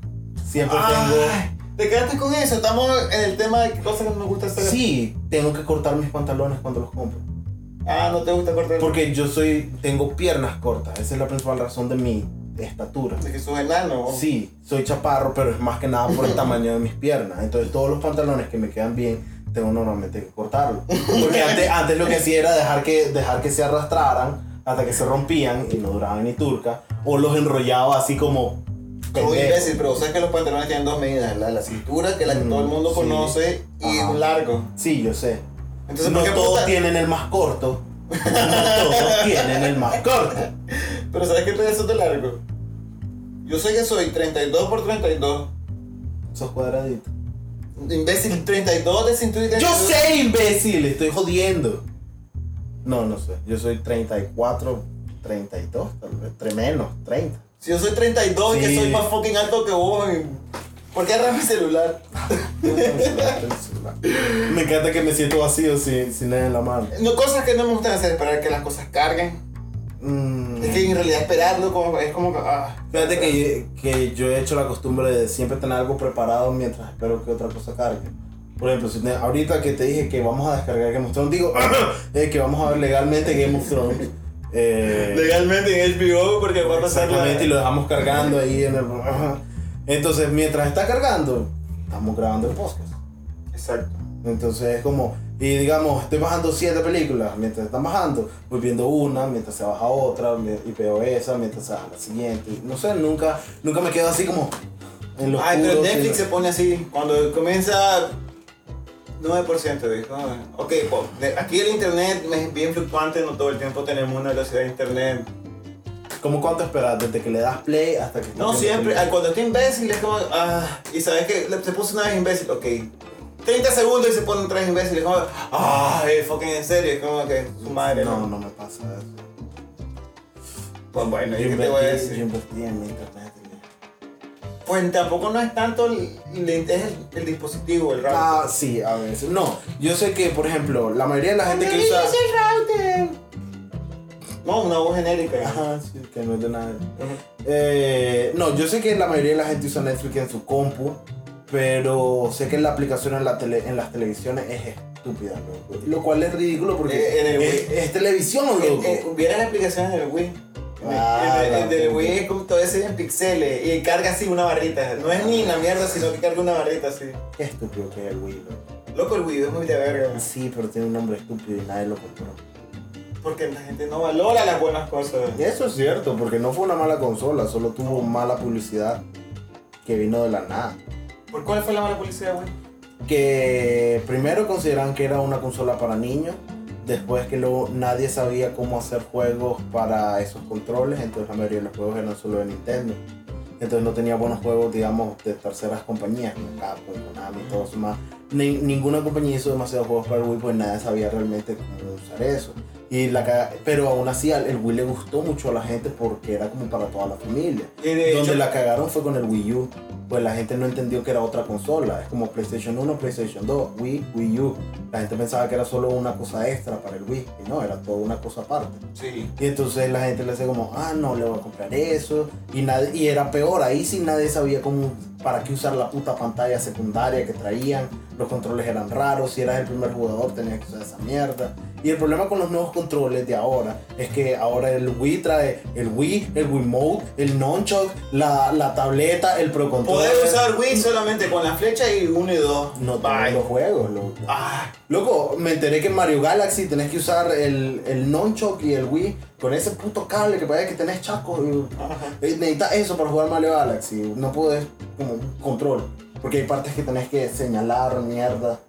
S3: siempre
S2: Ay, Te quedaste con eso. Estamos en el tema de cosas que no nos gusta hacer.
S3: tengo. Sí, tengo que cortar mis pantalones cuando los compro.
S2: Ah, no te gusta cortar.
S3: Porque yo soy, tengo piernas cortas. Esa es la principal razón de mi estatura.
S2: De que sos enano.
S3: Sí, soy chaparro, pero es más que nada por el tamaño de mis piernas. Entonces todos los pantalones que me quedan bien, tengo normalmente que cortarlos. Porque antes, antes lo que hacía era dejar que, dejar que se arrastraran hasta que se rompían y no duraban ni turca. O los enrollaba así como...
S2: Como
S3: pendejo.
S2: imbécil, pero sabes que los pantalones tienen dos medidas: la, la cintura, que la que
S3: Mm,
S2: todo el mundo
S3: sí.
S2: conoce, y
S3: Ajá.
S2: un largo.
S3: Sí, yo sé.
S2: Entonces,
S3: no
S2: ¿por qué
S3: todos
S2: puta?
S3: tienen el más corto. No todos tienen el más corto.
S2: Pero ¿sabes qué te sos de largo? Yo sé que soy 32 por 32.
S3: Sos cuadraditos.
S2: Imbécil, 32 de cintura y
S3: Yo
S2: 32.
S3: sé, imbécil, estoy jodiendo. No, no sé. Yo soy 34, 32, tal vez. Tre menos, 30.
S2: Si yo soy 32 y que
S3: Sí.
S2: soy más fucking alto que vos, y- ¿por qué agarras mi celular?
S3: me encanta que me siento vacío sin, sin él en la mano.
S2: No, cosas que no me gustan hacer, esperar que las cosas carguen.
S3: Mm.
S2: Es que en realidad esperarlo como, es como que. ah.
S3: Fíjate que, que yo he hecho la costumbre de siempre tener algo preparado mientras espero que otra cosa cargue. Por ejemplo, si te- ahorita que te dije que vamos a descargar Game of Thrones, digo eh, que vamos a ver legalmente Game of Thrones. Eh,
S2: Legalmente en HBO, porque va a pasar la.
S3: Exactamente, y lo dejamos cargando ahí en el... Entonces, mientras está cargando, estamos grabando el podcast.
S2: Exacto.
S3: Entonces es como, y digamos, estoy bajando siete películas, mientras están bajando, voy viendo una, mientras se baja otra, mi- y veo esa, mientras se baja la siguiente. No sé, nunca, nunca me quedo así como en los
S2: Ay, pero Ah, Netflix se pone así. Cuando comienza 9%, dijo. ah, Ok, po- de- aquí el internet es bien fluctuante, no todo el tiempo tenemos una velocidad de internet.
S3: ¿Cómo cuánto esperas? Desde que le das play hasta que...
S2: No, siempre. ah, Cuando estoy imbécil es como. Ah, y sabes que le- se puso una vez imbécil, ok. 30 segundos y se ponen tres imbéciles. Como, ah, eh, fucking en serio. Es como que su madre.
S3: No,
S2: No,
S3: no me pasa eso.
S2: Pues bueno, ¿y
S3: yo,
S2: qué te voy a
S3: invertí, yo
S2: decir?
S3: invertí en mi internet.
S2: Pues tampoco no es tanto el, el- es el, el dispositivo, el rato.
S3: Ah, sí, a veces. No, yo sé que, por ejemplo, la mayoría de la gente que usa...
S2: No, una voz genérica.
S3: Ajá, sí, que no es de nada. Eh, no, yo sé que la mayoría de la gente usa Netflix en su compu, pero sé que la aplicación en, la tele, en las televisiones es estúpida, loco. Lo cual es ridículo porque
S2: Eh, en el
S3: es, es televisión, loco.
S2: Eh, eh, Hubiera la aplicación del Wii.
S3: Ah,
S2: el, el- el del
S3: la
S2: Wii es como todo ese en pixeles y carga así una barrita. No es ni una mierda, sino que carga una barrita así.
S3: Qué estúpido que es el Wii, loco. Ah,
S2: Loco, el Wii es muy de verga.
S3: Sí, pero tiene un nombre estúpido y nadie lo compró.
S2: Porque la gente no valora las buenas cosas.
S3: Y eso es cierto, porque no fue una mala consola, solo tuvo mala publicidad que vino de la nada.
S2: ¿Por cuál fue la mala publicidad, güey?
S3: que primero consideraban que era una consola para niños, después que luego nadie sabía cómo hacer juegos para esos controles, entonces la mayoría de los juegos eran solo de Nintendo. Entonces no tenía buenos juegos, digamos, de terceras compañías, como Capcom, Konami, todo eso más. Ni- ninguna compañía hizo demasiados juegos para el Wii, pues nadie sabía realmente cómo usar eso. Y la, ca- pero aún así al- el Wii le gustó mucho a la gente porque era como para toda la familia.
S2: Y de
S3: Donde
S2: hecho,
S3: la cagaron fue con el Wii U. Pues la gente no entendió que era otra consola. Es como PlayStation 1, PlayStation 2, Wii, Wii U. La gente pensaba que era solo una cosa extra para el Wii. Y no, era toda una cosa aparte.
S2: Sí.
S3: Y entonces la gente le hace como, ah, no, le voy a comprar eso. Y, nadie, y era peor, ahí sí nadie sabía cómo, para qué usar la puta pantalla secundaria que traían. Los controles eran raros, si eras el primer jugador tenías que usar esa mierda. Y el problema con los nuevos controles de ahora es que ahora el Wii trae el Wii, el Wiimote, el Nunchuk, la, la tableta, el Pro Controller.
S2: Poder usar Wii solamente con la flecha y uno y dos.
S3: No
S2: Bye.
S3: todos los juegos, loco.
S2: Ah,
S3: Loco, me enteré que en Mario Galaxy tenés que usar el, el Nunchuk y el Wii con ese puto cable que parece que tenés chasco. Eh, Necesitas eso para jugar Mario Galaxy. No podés como control. Porque hay partes que tenés que señalar, mierda.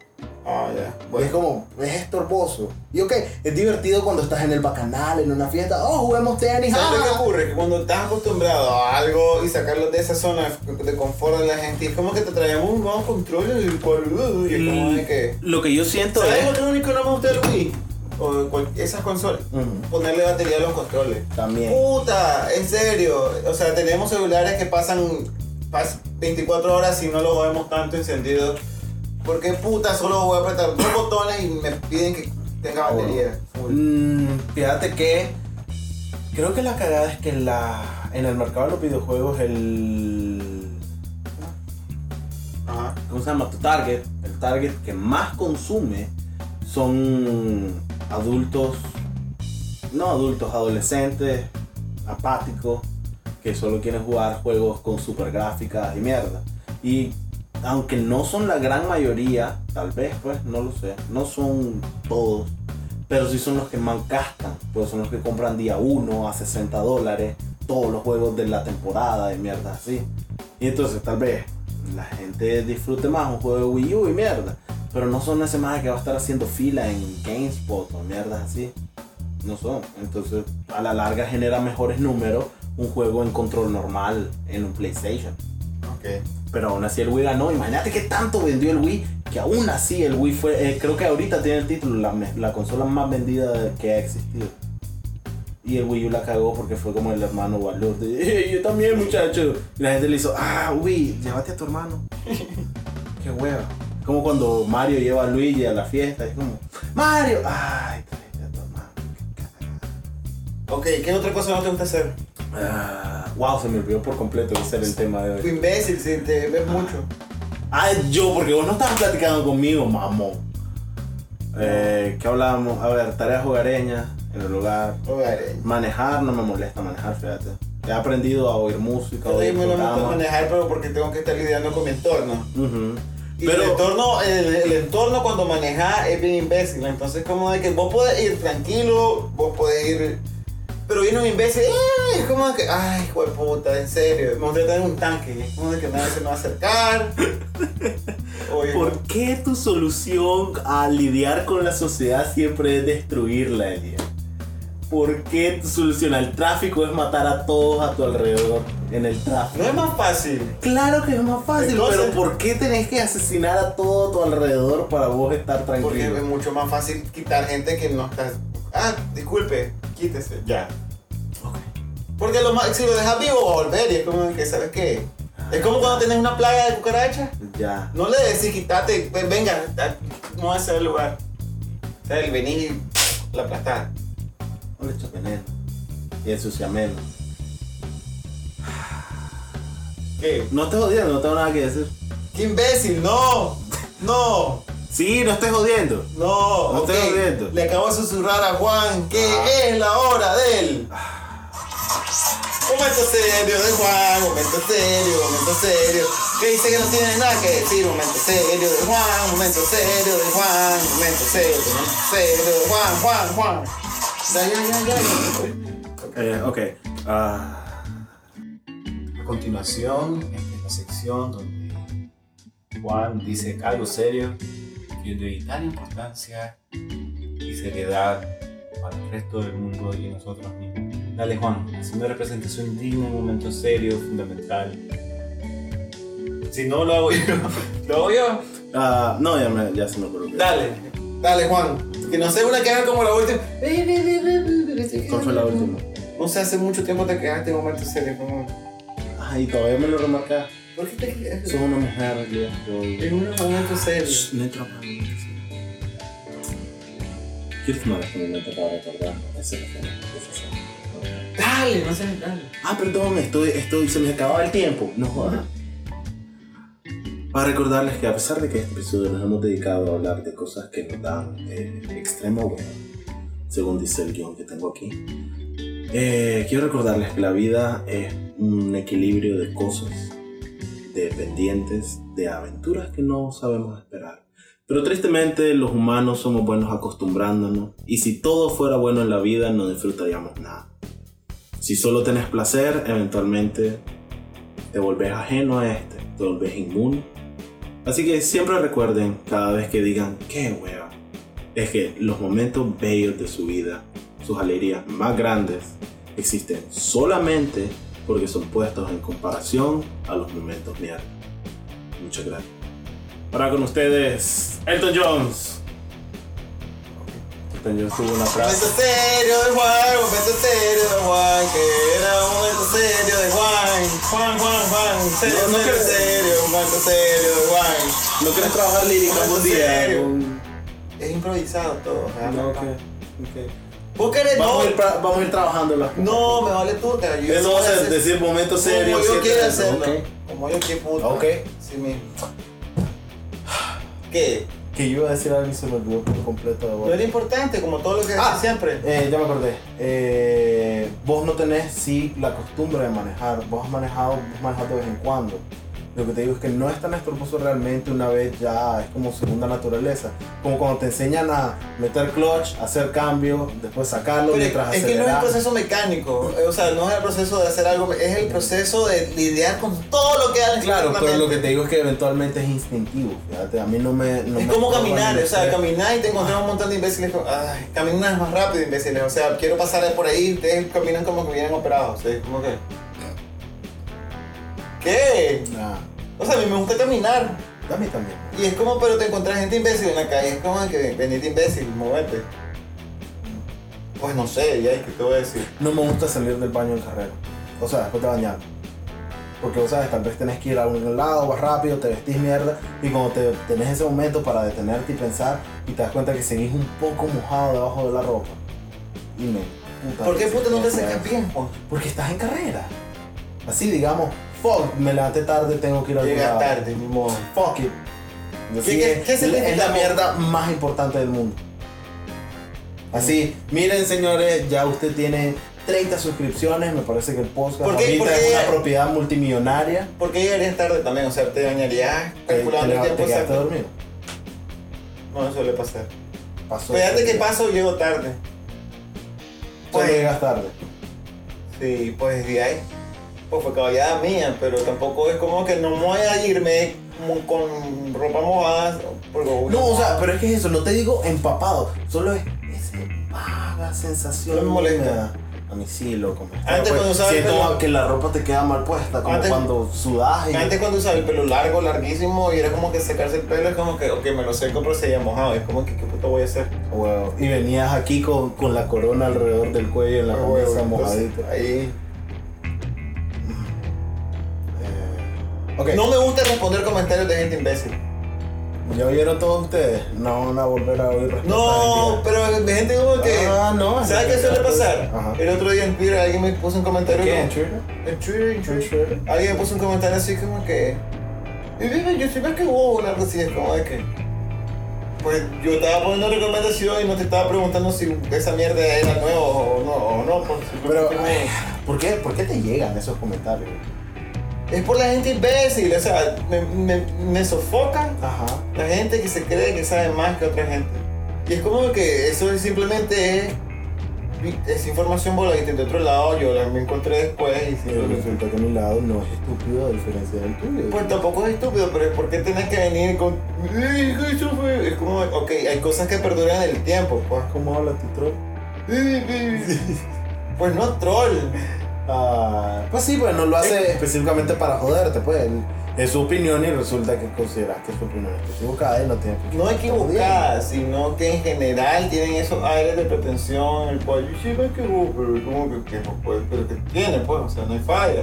S2: ah, ya.
S3: Y es como, es estorboso. Y ok, es divertido cuando estás en el bacanal, en una fiesta. Oh, juguemos tenis.
S2: ¿Sabes lo que
S3: ah".
S2: ocurre? Que cuando estás acostumbrado a algo y sacarlo de esa zona de confort de la gente, es como que te traemos un nuevo control y el cual, uh, y es como de que.
S1: Mm, Lo que yo siento
S2: ¿Sabes
S1: es.
S2: lo que único que no me gusta del Wii? O cual- esas consolas.
S3: Ujú,
S2: Ponerle batería a los controles.
S3: También.
S2: Puta, en serio. O sea, tenemos celulares que pasan pas- 24 horas y no los vemos tanto encendidos. Porque puta, solo voy a apretar dos botones y me piden que tenga batería. Full.
S3: Mm, fíjate que creo que la cagada es que la, en el mercado de los videojuegos el
S2: Ajá.
S6: ¿Cómo se llama? Tu target. El target que más consume son adultos. No adultos, adolescentes, apáticos, que solo quieren jugar juegos con super gráficas y mierda. Y aunque no son la gran mayoría, tal vez, pues, no lo sé, no son todos, pero sí son los que más gastan, pues son los que compran día 1 a 60 dólares todos los juegos de la temporada y mierda así. Y entonces tal vez la gente disfrute más un juego de Wii U y mierda, pero no son ese más que va a estar haciendo fila en GameSpot o mierdas así. No son. Entonces, a la larga genera mejores números un juego en control normal en un PlayStation.
S2: Ok.
S6: Pero aún así el Wii ganó. Imagínate que tanto vendió el Wii que
S3: que aún así el Wii fue, eh, creo que ahorita tiene el título, la, me- la consola más vendida que ha existido. Y el Wii U la cagó porque fue como el hermano valor de, "Eh, yo también muchacho. Y la gente le hizo, ah, Wii, llévate a tu hermano. Qué hueva. Como cuando Mario lleva a Luigi a la fiesta, es como, Mario, ay, tráete a tu hermano. qué cagada".
S2: Ok, ¿qué otra cosa no te gusta hacer?
S3: Ah, wow, se me olvidó por completo ese era el tema de hoy.
S2: Tu imbécil, si te ves mucho.
S3: Ah, yo, porque vos no estabas platicando conmigo, mamón. Eh, ¿Qué hablábamos? A ver, tareas hogareñas en el hogar.
S2: Oye,
S3: Manejar, no me molesta manejar, fíjate. He aprendido a oír música, a
S2: Yo
S3: oír
S2: me lo gusta
S3: programas.
S2: manejar, pero porque tengo que estar lidiando con mi entorno.
S3: Ujú.
S2: Y
S3: Pero-
S2: el entorno, el, el entorno cuando manejas es bien imbécil. Entonces como de que vos podés ir tranquilo, vos podés ir. Pero viene un imbécil, ¡ay! es como que, ay, hijo de puta, en serio. Me gustaría tener un tanque, y es como de que nadie se me va a acercar. Oye,
S3: ¿Por qué tu solución a lidiar con la sociedad siempre es destruirla, Elia? ¿Por qué tu solución al tráfico es matar a todos a tu alrededor en el tráfico?
S2: no es más fácil.
S3: Claro que es más fácil,
S2: Entonces-
S3: pero ¿por qué tenés que asesinar a todo tu alrededor para vos estar
S2: Porque
S3: tranquilo?
S2: es mucho más fácil quitar gente que no está. Ah, disculpe, quítese. Ya. Porque lo más, si lo dejas vivo va a volver y es como que, ¿sabes qué? Es como cuando tenés una plaga de cucarachas.
S3: Ya.
S2: No le decís quitate, pues, venga, a- no va a ser el lugar. O sea, el venir y la aplastar.
S3: No le echo veneno. Y ensucia menos.
S2: ¿Qué?
S3: No estés jodiendo, no tengo nada que decir.
S2: ¡Qué imbécil! ¡No! ¡No!
S3: Sí, no estés jodiendo.
S2: ¡No!
S3: No
S2: ok.
S3: estoy viendo.
S2: Le acabo de susurrar a Juan que es la hora del. Momento serio de Juan, momento serio, momento serio. Que dice que no tiene nada que decir, momento serio de Juan, momento serio de Juan, momento serio, momento serio de Juan, Juan, Juan. Ya, ya, ya, ya.
S3: Eh, ok. Ah,
S7: A continuación, esta es la sección donde Juan dice algo serio que es de vital importancia y seriedad para el resto del mundo y nosotros mismos. Dale, Juan, es una representación digna en un momento serio, fundamental. Si no lo hago yo, lo hago yo.
S3: ah, no, ya, me- ya se me ocurrió.
S7: Dale.
S2: Dale, Juan. Que no sea una queja como la última.
S3: ¿Cuál fue la última?
S2: No sé, hace mucho tiempo te quejaste en un momento serio. como,
S3: Ay, todavía me lo remarca.
S2: ¿Por qué te quejas?
S3: Soy una mujer, yo.
S2: En un momento serio.
S3: No entra para mí. Quiero tomar este momento para recordar esa conversación.
S2: Dale, no sé, dale.
S3: Ah, perdón, estoy, estoy, se me acababa el tiempo. No jodas. Para recordarles que a pesar de que este episodio nos hemos dedicado a hablar de cosas que nos dan eh, extremo bueno, según dice el guión que tengo aquí, eh, quiero recordarles que la vida es un equilibrio de cosas, de pendientes, de aventuras que no sabemos esperar. Pero tristemente los humanos somos buenos acostumbrándonos y si todo fuera bueno en la vida no disfrutaríamos nada. Si solo tenés placer, eventualmente te volvés ajeno a este, te volvés inmune. Así que siempre recuerden, cada vez que digan, qué hueva, es que los momentos bellos de su vida, sus alegrías más grandes, existen solamente porque son puestos en comparación a los momentos mierda. Muchas gracias.
S8: Ahora con ustedes, Elton Jones.
S3: Yo subo una
S2: Momento serio de Juan, momento serio de Juan, que era un momento serio de Juan. Juan, Juan, Juan, serio,
S3: No, no
S2: serio,
S3: creo.
S2: serio, momento serio de Juan.
S3: ¿No quieres trabajar lírica
S2: algún
S3: un
S2: día?
S3: día?
S2: Es improvisado todo. ¿verdad?
S3: ok.
S2: ¿Vos querés?
S3: Vamos,
S2: No,
S3: a ir pra- vamos a ir trabajándola.
S2: no, me vale tú, te ayudo.
S3: Eso va a ser decir momento serio.
S2: Como
S3: siete
S2: yo quiero
S3: minutos,
S2: hacerlo.
S3: ok.
S2: Como yo quiero puta.
S3: Ok.
S2: Sí mismo. ¿Qué?
S3: Que yo iba a decir algo y se me olvidó por completo. de
S2: No
S3: vos.
S2: era importante, como todo lo que
S3: Ah.
S2: haces siempre.
S3: Eh, ya me acordé. Eh, vos no tenés, sí, la costumbre de manejar. Vos has manejado, vos manejas de vez en cuando. Lo que te digo es que no es tan estorboso realmente una vez ya, es como segunda naturaleza. Como cuando te enseñan a meter clutch, hacer cambio, después sacarlo
S2: Pero
S3: mientras
S2: es que no es el
S3: aceleras.
S2: proceso mecánico, eh, o sea, no es el proceso de hacer algo, es el proceso de lidiar con todo lo que hay
S3: Claro, pero lo
S2: externamente.
S3: que te digo es que eventualmente es instintivo. Fíjate, a mí no me. no
S2: Es
S3: me
S2: como
S3: estorba ni
S2: caminar,
S3: me
S2: o sea,
S3: estresa.
S2: caminar y te encontrás un montón de imbéciles. como, Ay, caminas más rápido, imbéciles. O sea, quiero pasar por ahí y ustedes caminan como que vienen operados. ¿sí? ¿Cómo que? ¿Qué?
S3: Ah.
S2: O sea, a mí me gusta caminar.
S3: A mí también.
S2: Y es como, pero te encontrás gente imbécil en la calle. Es como que venite imbécil, moverte. Pues no sé, ya, ¿qué te voy a decir?
S3: No me gusta salir del baño en carrera. O sea, después de bañar. Porque, o sabes, tal vez tenés que ir a un lado, vas rápido, te vestís mierda. Y cuando te tenés ese momento para detenerte y pensar, y te das cuenta que seguís un poco mojado debajo de la ropa. Y me. puta
S2: ¿Por qué
S3: que
S2: puta no te
S3: se-
S2: sacas bien, pues. Juan?
S3: Porque estás en carrera. Así, digamos, fuck, me levanté tarde, tengo que ir a algún
S2: Llegas
S3: lado.
S2: tarde, ni modo.
S3: Fuck it. Así
S2: qué-
S3: es,
S2: qué significa
S3: es la
S2: fuck?
S3: mierda más importante del mundo. Así, miren señores, ya usted tiene 30 suscripciones, me parece que el podcast
S2: ¿Por qué-
S3: ahorita
S2: por qué-
S3: es una propiedad multimillonaria.
S2: Porque llegarías tarde también, o sea, te bañarías
S3: Te, te,
S2: calculando el
S3: leva-
S2: tiempo
S3: te quedaste
S2: exacto.
S3: dormido.
S2: No, eso suele pasar.
S3: Pasó.
S2: Fíjate que paso, llego tarde.
S3: Solo
S2: Pues-
S3: llegas tarde.
S2: Sí, pues de ahí. Pues fue caballada mía, pero tampoco es como que no me voy a irme como con ropa mojada. Porque
S3: No, o sea, pero es que es eso, no te digo empapado, solo es esa vaga sensación.
S2: No me molesta.
S3: húmeda. A mí sí, loco. me- pues.
S2: Antes cuando usaba el
S3: Siento
S2: pelo-
S3: que la ropa te queda mal puesta, como
S2: Antes-
S3: cuando sudas y...
S2: Antes cuando usaba el pelo largo, larguísimo, y era como que secarse el pelo, es como que, ok, me lo seco, pero seguía mojado. Es como que, ¿qué puto voy a hacer?
S3: Huevo. Y venías aquí con, con la corona alrededor del cuello en la
S2: Pues, Ah, Huevo,
S3: cabeza
S2: entonces,
S3: mojadita.
S2: ahí.
S3: Eh, ok,
S2: No me gusta responder comentarios de gente imbécil.
S3: ¿ya oyeron todos ustedes? No van a volver a oír respuestas
S2: No,
S3: mentiras.
S2: pero de gente como que.
S3: Ah, no.
S2: ¿Sabes qué suele pasar? Eh,
S3: Ajá.
S2: El otro día en Twitter alguien me puso un comentario.
S3: ¿Qué?
S2: como- En Twitter, en Twitter.
S3: ¿En Twitter?
S2: Alguien me puso un comentario así como que. Y vive, yo siempre que hubo algo así, es como de que. Pues yo estaba poniendo recomendación y no te estaba preguntando si esa mierda era nueva o no, o no por-
S3: Pero, eh, ¿por qué, ¿por qué te llegan esos comentarios?
S2: es por la gente imbécil, o sea, me, me, me sofocan
S3: Ajá.
S2: la gente que se cree que sabe más que otra gente. Y es como que eso es simplemente es, es información voladita de otro lado, yo la me encontré después y
S3: Pero
S2: simplemente...
S3: resulta que mi lado no es estúpido a diferencia del tuyo.
S2: Pues tampoco es estúpido, pero ¿por qué tenés que venir con... "Ey, eso fue-"? Es como, ok, hay cosas que perduran en el tiempo, pues.
S3: ¿Cómo habla tu troll?
S2: Pues no troll.
S3: Ah, pues sí, pues no lo
S2: Eh.
S3: hace específicamente para joderte, pues. él- es su opinión y resulta que consideras que su opinión es equivocada y no tiene por qué
S2: No
S3: estar
S2: equivocada, sino que en general tienen esos aires de pretensión, el cual yo sí me equivoco, pero es como que, que, no puede- pero que tiene, pues, o sea, no hay falla.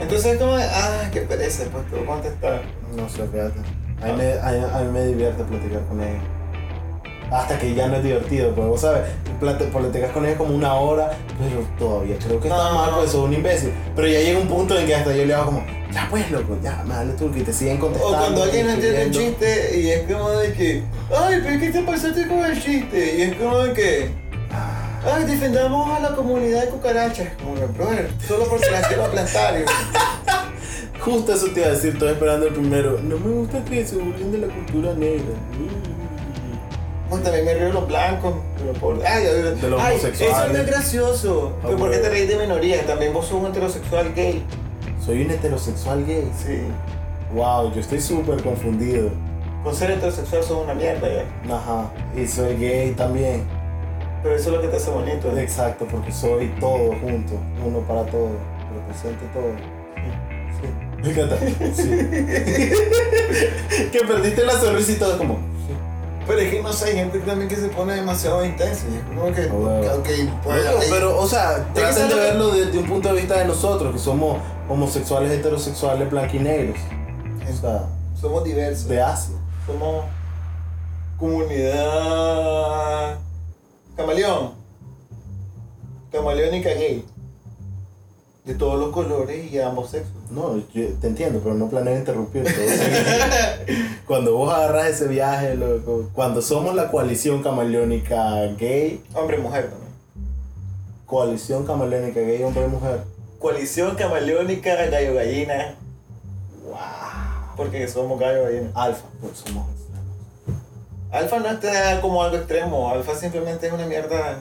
S2: Entonces es como, ah, qué pereza, pues te voy a contestar.
S3: No sé, fíjate.
S2: Ah.
S3: A mí, me, a- a mí me divierte platicar con ella. Hasta que ya no es divertido, pues vos sabes, plate- platicas con ella como una hora, pero todavía creo que está
S2: No,
S3: mal,
S2: no.
S3: pues sos un imbécil. Pero ya llega un punto en que hasta yo le hago como, ya pues loco, ya, me dale tú, que te siguen
S2: O
S3: contestando.
S2: cuando alguien no entiende un
S3: escribiendo.
S2: chiste y es como de que, ay, pero ¿qué te pasaste con el chiste? Y es como de que, ay, defendamos a la comunidad de cucarachas. Como que, brother, solo porque las quiero aplastar. y-
S3: Justo eso te iba a decir, estoy esperando el primero. No me gusta que se burlen de la cultura negra. Mm.
S2: Pues también me río de los blancos, pero por- ay, ay,
S3: De los
S2: ay, Eso no
S3: homosexuales.
S2: es gracioso. Pero ¿por qué te reís de minorías? También vos sos un heterosexual gay.
S3: Soy un heterosexual gay.
S2: Sí.
S3: Wow, yo estoy súper confundido.
S2: Con ser heterosexual sos una mierda ya.
S3: Ajá, y soy gay también.
S2: Pero eso es lo que te hace bonito. ¿eh?
S3: Exacto, porque soy todo junto, uno para todo, represento todo. Sí. Me encanta. Sí. que perdiste la sonrisa y todo como.
S2: Pero es que no sé, hay gente también que se pone demasiado intensa. Y es como que,
S3: Bueno.
S2: ok, pues,
S3: Bueno,
S2: ahí-
S3: pero, o sea,
S2: que
S3: traten de
S2: saber-
S3: verlo desde un punto de vista de nosotros, que somos homosexuales, heterosexuales, blanquinegros. O sea,
S2: Somos diversos.
S3: de Asia.
S2: Somos comunidad camaleón. Camaleónica gay. De todos los colores y de ambos sexos.
S3: No, yo te entiendo, pero no planeo interrumpirte. cuando vos agarras ese viaje, loco, cuando somos la coalición camaleónica gay,
S2: Hombre y mujer también.
S3: coalición camaleónica gay, hombre y mujer.
S2: Coalición camaleónica gallo gallina. Porque somos gallo gallina.
S3: Alfa, pues somos extremos.
S2: Alfa no está como algo extremo. Alfa simplemente es una mierda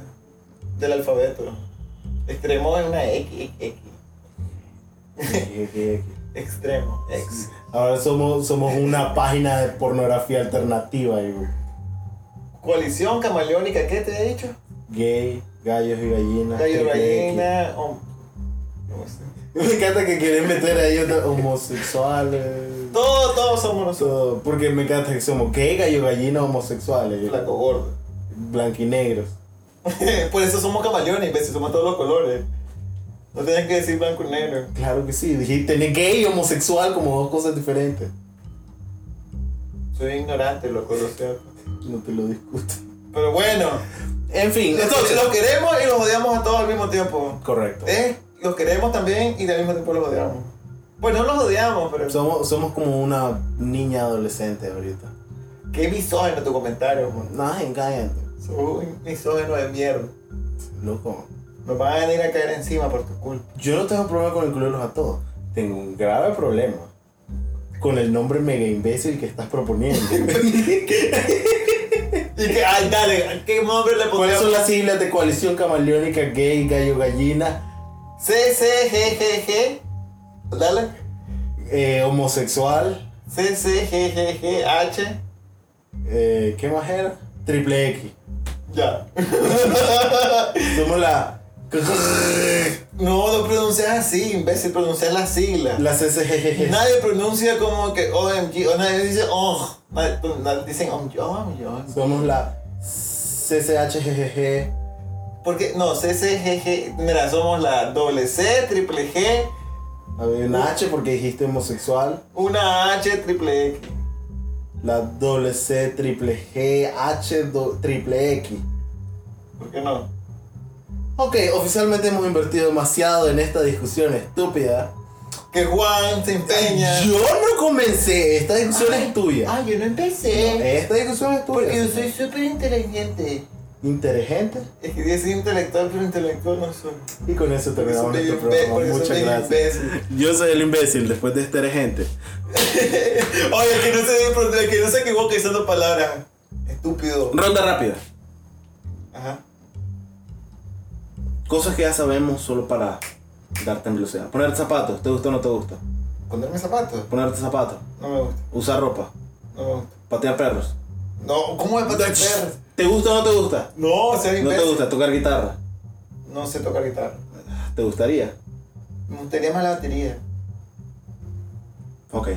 S2: del alfabeto. Extremo es una X, X,
S3: Eje, eje, eje.
S2: Extremo. X.
S3: Ahora somos, somos una página de pornografía alternativa, digo.
S2: Coalición camaleónica, ¿qué te he dicho?
S3: Gay, gallos y gallinas.
S2: Gallo
S3: eje, eje, eje.
S2: gallina, hom- No sé.
S9: Me encanta que quieren meter ahí otra- homosexuales.
S2: Todos, todos somos nosotros.
S9: Todo, porque me encanta que somos gay, gallo, gallina, homosexuales.
S2: Flaco gordo.
S9: Blanquinegros.
S2: Por eso somos camaleones, ves, somos todos los colores. No tienes que decir blanco y negro.
S9: Claro que sí, dijiste ni gay y homosexual como dos cosas diferentes.
S2: Soy ignorante, loco, lo siento.
S9: No te lo discuto.
S2: Pero bueno,
S9: En fin,
S2: entonces
S9: entonces.
S2: los queremos y los odiamos a todos al mismo tiempo.
S9: Correcto.
S2: ¿Eh? Los queremos también y al mismo tiempo los odiamos. Bueno, no los odiamos, pero.
S9: Somos, somos como una niña adolescente ahorita.
S2: Qué misógino tu comentario, man.
S9: Nada, engañando.
S2: Sos un misógino de mierda.
S9: Loco.
S2: Nos van a venir a caer encima por tu culpa.
S9: Yo no tengo problema con incluirlos a todos. Tengo un grave problema con el nombre mega imbécil que estás proponiendo.
S2: Y que, ay, dale, ¿qué nombre le
S9: ¿Cuáles
S2: pondríamos?
S9: son las siglas de coalición camaleónica gay, gallo, gallina,
S2: C, C, G, G, G. Dale.
S9: eh, homosexual?
S2: C, C, G, G, G, H.
S9: eh, ¿Qué más era? Triple X.
S2: Ya.
S9: Somos la.
S2: No, no pronuncias así, imbécil, pronuncias la sigla.
S9: La CCGG.
S2: Nadie pronuncia como que OMG, o nadie dice oh, nadie- nadie- dicen OMG, OMG, OMG.
S9: Somos la CCHGGG.
S2: Porque, no, CCGG, mira, somos la doble C, triple G,
S9: Había una H porque dijiste homosexual.
S2: una H, triple X.
S9: La doble C, triple G, H, do- triple X.
S2: ¿Por qué no?
S9: Ok, oficialmente hemos invertido demasiado en esta discusión estúpida.
S2: Que Juan se empeña.
S9: Yo no comencé, esta discusión es tuya.
S2: Ah, yo no eh, empecé.
S9: Esta discusión es tuya.
S2: Porque yo soy súper inteligente.
S9: inteligente.
S2: Es que es intelectual, pero intelectual no soy.
S9: Y con eso
S2: Porque
S9: terminamos
S2: soy
S9: nuestro
S2: medio imbe-
S9: programa.
S2: porque soy
S9: Muchas
S2: medio
S9: gracias.
S2: imbécil.
S3: Yo soy el imbécil después de este gente.
S2: Oye, el que no se, el que no se equivoque usando palabras. Estúpido.
S3: Ronda rápida.
S2: Ajá.
S3: Cosas que ya sabemos solo para darte en velocidad. Ponerte zapatos, ¿te gusta o no te gusta?
S2: ¿Ponerme zapatos?
S3: Ponerte zapatos,
S2: No me gusta.
S3: usar ropa,
S2: No me gusta.
S3: patear perros.
S2: No, ¿cómo es patear perros?
S3: ¿Te gusta o no te gusta?
S2: No, sea
S3: No te
S2: imbécil.
S3: gusta tocar guitarra.
S2: No sé tocar guitarra.
S3: ¿Te gustaría?
S2: Me gustaría más la batería.
S3: Ok.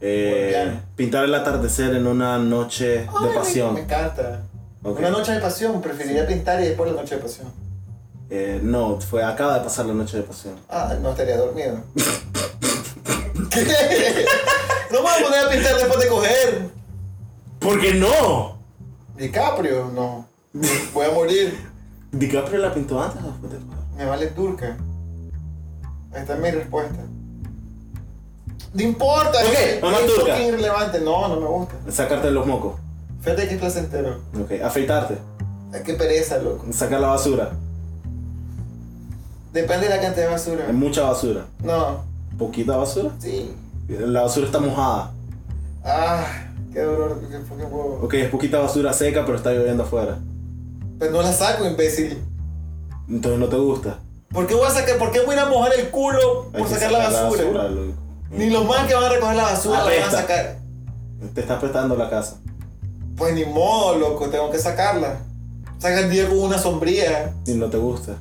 S3: Eh, pintar el atardecer en una noche de
S2: Me
S3: pasión.
S2: encanta.
S3: Ok.
S2: Una noche de pasión, preferiría pintar y después la noche de pasión.
S3: Eh, no, fue acaba de pasar la noche de pasión.
S2: Ah, no estaría dormido. ¿Qué? No me voy a poner a pintar después de coger.
S3: ¿Por qué no?
S2: DiCaprio, no. Voy a morir.
S3: DiCaprio la pintó antes o después de-
S2: Me vale turca. Ahí está mi respuesta. No importa,
S3: Ok,
S2: es-
S3: mamá
S2: es
S3: turca.
S2: fucking irrelevante. No, no me gusta.
S3: Sacarte los mocos.
S2: Fíjate que es placentero.
S3: Ok. Afeitarte.
S2: Ay, Qué pereza, loco.
S3: Sacar la basura.
S2: Depende de la cantidad de basura.
S3: Hay mucha basura.
S2: No,
S3: Poquita basura.
S2: sí.
S3: La basura está mojada.
S2: Ah, qué dolor, qué qué huevo.
S3: Ok, es poquita basura seca, pero está lloviendo afuera.
S2: Pero Pues no la saco, imbécil.
S3: Entonces no te gusta.
S2: ¿Por qué voy a sacar, por qué voy a ir a mojar el culo
S3: Hay
S2: por
S3: que
S2: sacar la basura?
S3: loco.
S2: Ni los más que van a recoger la basura la van a
S3: Apesta.
S2: sacar.
S3: Te estás prestando la casa.
S2: Pues ni modo, loco, tengo que sacarla. Saca el día con una sombría.
S3: Si no te gusta.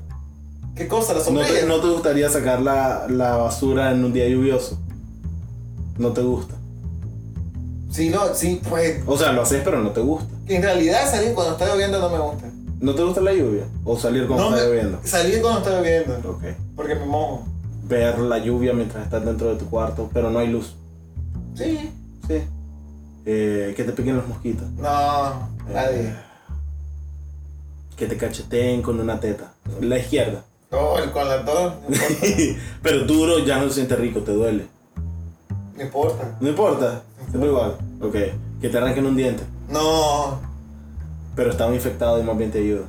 S2: ¿Qué cosa? La
S3: No
S2: sombría.
S3: te, no te gustaría sacar la, la basura en un día lluvioso. No te gusta.
S2: Sí, no, sí, pues.
S3: O sea, lo haces, pero no te gusta.
S2: En realidad salir cuando está lloviendo no me gusta.
S3: ¿No te gusta la lluvia? ¿O salir cuando
S2: No
S3: está
S2: me-
S3: lloviendo?
S2: Salir cuando está lloviendo.
S3: Ok.
S2: Porque me mojo.
S3: Ver la lluvia mientras estás dentro de tu cuarto, pero no hay luz.
S2: Sí.
S3: Sí. Eh, que te piquen los mosquitos.
S2: No, nadie.
S3: Ah. Que te cacheteen con una teta. La izquierda.
S2: No, el con las dos, no importa.
S3: pero duro ya no se siente rico, te duele.
S2: No importa.
S3: No importa. Siempre igual. Ok. Que te arranquen un diente.
S2: No.
S3: Pero estaba infectado y más bien te ayuda.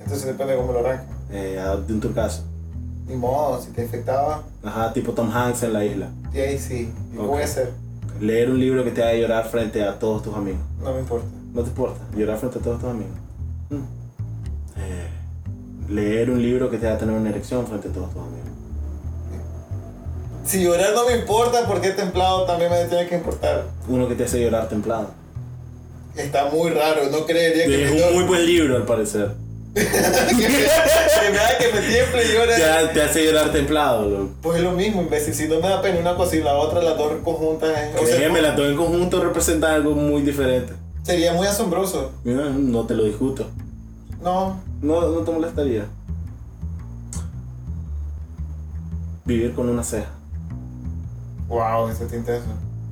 S2: Entonces depende de cómo lo arranque.
S3: Eh, a- de un turcaso.
S2: Ni modo, si te infectaba,
S3: Ajá, tipo Tom Hanks en la isla.
S2: y ahí sí. ¿Y qué
S3: Ok.
S2: voy a hacer?
S3: Leer un libro que te haga llorar frente a todos tus amigos.
S2: No me importa.
S3: No te importa, llorar frente a todos tus amigos. Mm. Eh, leer un libro que te haga tener una erección frente a todos tus amigos.
S2: Si llorar no me importa, porque templado también me tiene que importar.
S3: Uno que te hace llorar templado.
S2: Está muy raro, no creería que
S3: Es
S2: me
S3: un
S2: llore.
S3: muy buen libro al parecer.
S2: que me haga que me tiemble y llore.
S3: Ya te hace llorar templado, loco.
S2: Pues es lo mismo, imbécil. Si no me da pena una cosa y la otra, las dos conjuntas. eh. O sea,
S3: Créeme, las dos en conjunto representan algo muy diferente.
S2: sería muy asombroso.
S3: Mira, no te lo discuto.
S2: No.
S3: No, no te molestaría. Vivir con una ceja.
S2: Wow, eso está intenso.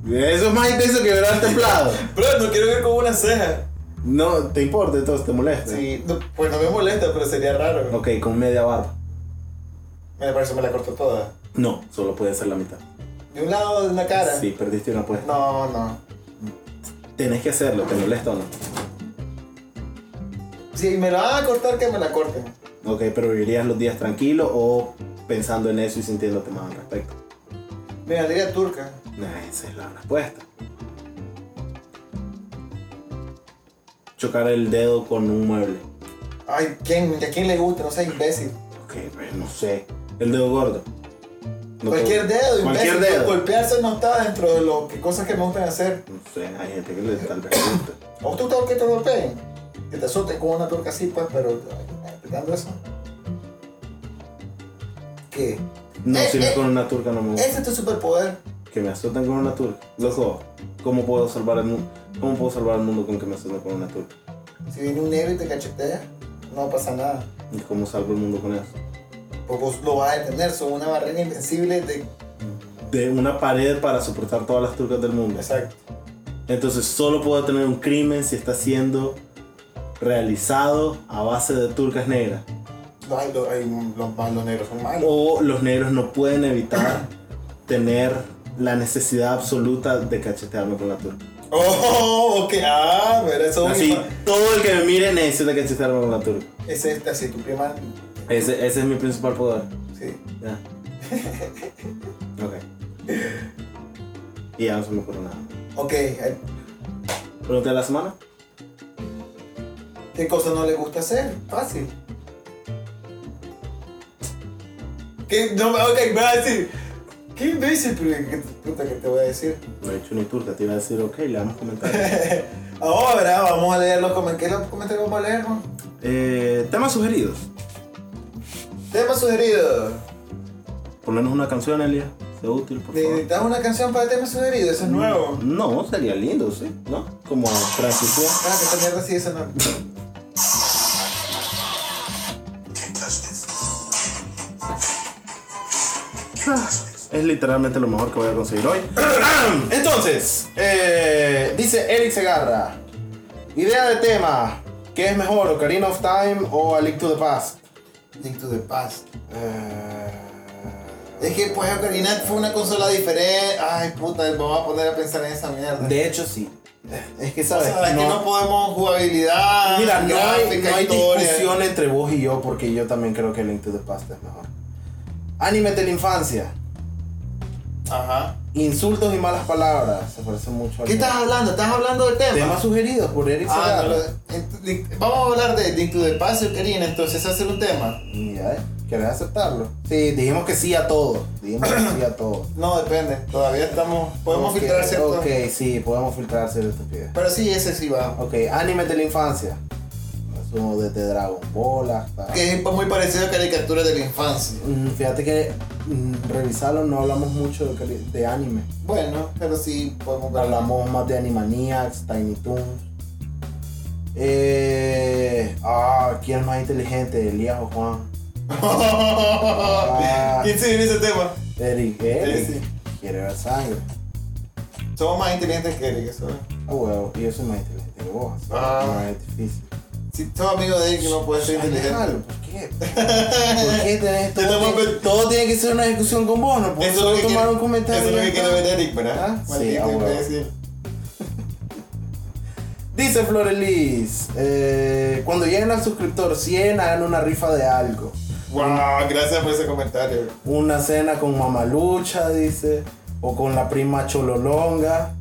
S3: Eso es más intenso que llorar templado.
S2: Bro, no quiero ver con una ceja.
S3: No te importa, entonces te molesta.
S2: Sí, no, pues no me molesta, pero sería raro.
S3: Ok, con media barba.
S2: Me parece me la corto toda.
S3: No, solo puede ser la mitad.
S2: De un lado de la cara.
S3: Sí, perdiste una apuesta.
S2: No, no.
S3: Tenés que hacerlo, ¿te molesta o no?
S2: Si me la van a cortar, que me la corten.
S3: Ok, pero vivirías los días tranquilo o pensando en eso y sintiéndote mal al respecto.
S2: Me valdría turca.
S3: Nah, esa es la respuesta. Chocar el dedo con un mueble.
S2: Ay, ¿quién? ¿a quién le gusta? No seas imbécil.
S3: Ok, pues no sé. El dedo gordo. No
S2: Cualquier
S3: te-
S2: dedo,
S3: Cualquier
S2: imbécil.
S3: dedo.
S2: Golpearse no está dentro de lo que cosas que me gustan hacer.
S3: No sé, hay gente que le tal vez le gusta.
S2: ¿O tú te que te golpeen? Que te azoten con una turca así, pues, pero. ay, dando eso? ¿Qué?
S3: No,
S2: Eh,
S3: si no
S2: eh.
S3: con una turca no me gusta.
S2: Ese es tu superpoder.
S3: Que me azotan con una turca. Loco, ¿cómo puedo salvar el mundo? ¿Cómo puedo salvar el mundo con que me azotan con una turca?
S2: Si viene un negro y te cachetea, no pasa nada.
S3: ¿Y cómo salvo el mundo con eso?
S2: Pues vos lo vas a detener, son una barrera invencible de.
S3: De una pared para soportar todas las turcas del mundo.
S2: Exacto.
S3: Entonces solo puedo tener un crimen si está siendo realizado a base de turcas negras.
S2: No, hay lo- hay un- los, malos negros son malos.
S3: O los negros no pueden evitar tener la necesidad absoluta de cachetearme con la turca.
S2: Oh, ok. Ah, pero eso es un
S3: Así,
S2: infa-
S3: todo el que me mire necesita cachetearme con la turca.
S2: Ese es así, tu prima.
S3: Ese, ese es mi principal poder.
S2: Sí.
S3: Ya. Ok. Y ya no se me ocurre nada.
S2: Ok. eh,
S3: ¿Pregunta de la semana?
S2: ¿Qué cosa no le gusta hacer? Fácil. ¿Qué? No me ok, me va a decir. ¿Qué imbécil? Pero, ¿qué puta que te voy a decir?
S3: No he hecho ni turca, te iba a decir, ok, le damos comentarios.
S2: Ahora vamos a leer los comentarios. ¿Qué los comentarios vamos a leer? no?
S3: Eh, temas sugeridos.
S2: Tema sugerido.
S3: Ponernos una canción, Elia. Sea útil, por favor.
S2: ¿Necesitas una canción para el tema sugerido? Eso es nuevo.
S3: No, sería lindo, sí, ¿no? Como transición.
S2: Ah, que esta mierda sí, eso no.
S3: Es literalmente lo mejor que voy a conseguir hoy. Entonces, eh, dice Eric Segarra. Idea de tema. ¿Qué es mejor, Ocarina of Time o A Link to the Past?
S2: Link to the Past. Eh, Es que pues Ocarina fue una consola diferente. Ay, puta, me voy a poner a pensar en esa mierda.
S3: De hecho, sí. Es que,
S2: o
S3: ¿sabes?
S2: sea, aquí
S3: No-
S2: no podemos jugabilidad,
S3: Mira, no hay,
S2: gráfica,
S3: no hay
S2: historia.
S3: discusión entre vos y yo porque yo también creo que Link to the Past es mejor. Anime de la infancia.
S2: Ajá.
S3: Insultos y malas palabras. Se parece mucho al-
S2: ¿Qué estás hablando? ¿Estás hablando del tema?
S3: Temas sugeridos por Eric
S2: Ah,
S3: Segarra.
S2: no, lo- ent- Link- vamos a hablar de Link to the Past y Ocarina, entonces hacer un tema.
S3: Y ya, ¿eh? ¿Querés aceptarlo? Sí, dijimos que sí a todo. Dijimos que sí a todo.
S2: No, depende. Todavía estamos. Podemos
S3: Ok,
S2: filtrar cierto.
S3: Ok, sí, podemos filtrar ciertos pies.
S2: Pero sí, ese sí va.
S3: Ok, anime de la infancia. Asumo desde Dragon Ball hasta.
S2: Que es muy parecido a caricaturas de la infancia.
S3: Mm, Fíjate que mm, revisarlo no hablamos mucho de, cali- de anime.
S2: Bueno, pero sí podemos ver.
S3: Hablamos más de Animaniacs, Tiny Toons. Eh, ah, ¿quién es más inteligente? Elías o Juan.
S2: ¿Quién se viene ese tema?
S3: Eric,
S2: Sí, sí.
S3: Eric. Quiere ver sangre.
S2: Somos más inteligentes que Eric, eso.
S3: Ah, huevo, y yo soy más inteligente que vos. así que
S2: Ah.
S3: No es difícil.
S2: Si todo amigo de Eric no puede ser inteligente.
S3: Déjalo, ¿por qué? ¿Por qué tenés
S2: Te
S3: todo,
S2: tomo
S3: tiene-
S2: pe-
S3: todo tiene que ser una discusión con vos? No puedo solo tomar
S2: quiere-
S3: un comentario.
S2: Eso es lo que
S3: y ya
S2: quiere
S3: está.
S2: ver Eric, ¿verdad?
S3: Ah, sí,
S2: Maldito
S3: ah, bueno.
S2: imbécil.
S3: Dice Florelis, eh, cuando lleguen al suscriptor 100 hagan una rifa de algo.
S2: Wow, gracias por ese comentario.
S3: Una cena con mamalucha, dice, o con la prima Chololonga,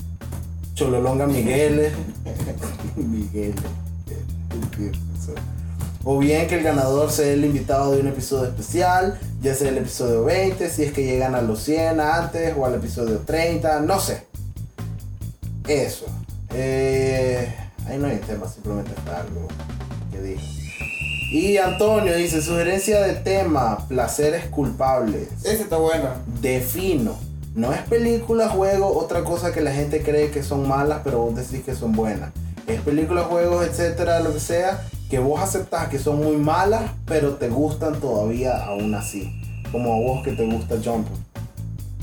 S3: Chololonga eh. Migueles. Migueles. O bien que el ganador sea el invitado de un episodio especial, ya sea el episodio 20, si es que llegan a los 100 antes o al episodio 30, no sé. Eso. Eh, ahí no hay tema, simplemente está algo que digo. Y Antonio dice, sugerencia de tema, placeres culpables.
S2: Ese está bueno.
S3: Defino. No es película, juego, otra cosa que la gente cree que son malas, pero vos decís que son buenas. Es película, juegos, etcétera, lo que sea, que vos aceptás que son muy malas, pero te gustan todavía aún así. Como a vos que te gusta Jump.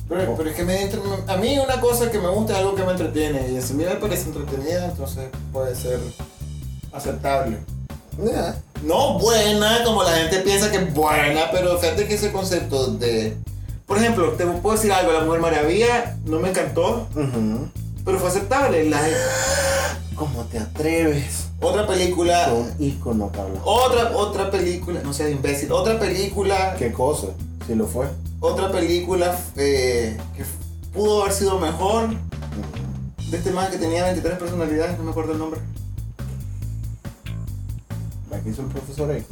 S2: Pero, pero es que me entre- a mí una cosa que me gusta es algo que me entretiene. Y si a mí me parece entretenida, entonces puede ser aceptable.
S3: Nah.
S2: No buena, como la gente piensa que es buena, pero fíjate que ese concepto de... Por ejemplo, te puedo decir algo, La Mujer Maravilla no me encantó,
S3: Ujú.
S2: pero fue aceptable. La-
S3: ¿Cómo te atreves?
S2: Otra película...
S3: Son ícono, Pablo.
S2: Otra, otra película, no seas imbécil, otra película,
S3: Oh, ¿Qué cosa? Si lo fue.
S2: otra película eh, que pudo haber sido mejor de este man que tenía 23 personalidades, no me acuerdo el nombre.
S3: La que hizo el profesor X.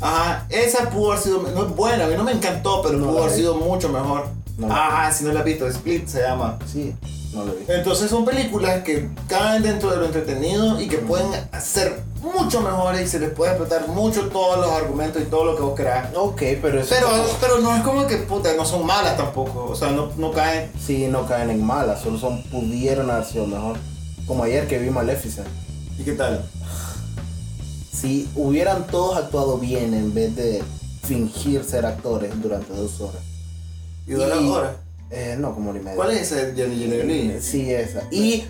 S2: Ajá, esa pudo haber sido, no es buena, a mí no me encantó, pero
S3: No
S2: pudo
S3: la
S2: haber
S3: vi.
S2: sido mucho mejor.
S3: No la
S2: Ajá, si no la has visto, Split se llama.
S3: Sí, no lo vi.
S2: Entonces son películas que caen dentro de lo entretenido y que pueden ser mucho mejores y se les puede explotar mucho todos los argumentos y todo lo que vos querás.
S3: Ok, pero eso.
S2: Pero, pero no es como que puta, no son malas tampoco. O sea, no, no caen.
S3: Sí, no caen en malas, solo son pudieron haber sido mejor. Como ayer que vi Maleficent.
S2: ¿Y qué tal?
S3: Si hubieran todos actuado bien en vez de fingir ser actores durante dos horas.
S2: ¿Y dura
S3: Y-
S2: hora?
S3: Eh, no, como hora y media.
S2: ¿Cuál es ese Jenny Jenny Jolie?
S3: Sí, esa. Y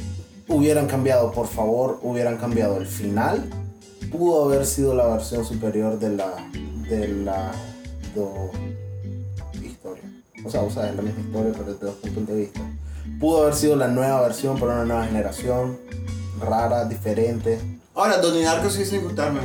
S3: hubieran cambiado, por favor, hubieran cambiado el final. Pudo haber sido la versión superior de la. de la. do- historia. O sea, o sea, es la misma historia, pero desde dos puntos de vista. Pudo haber sido la nueva versión para una nueva generación. Rara, diferente.
S2: Ahora, Donnie Darko sí sin gustarme.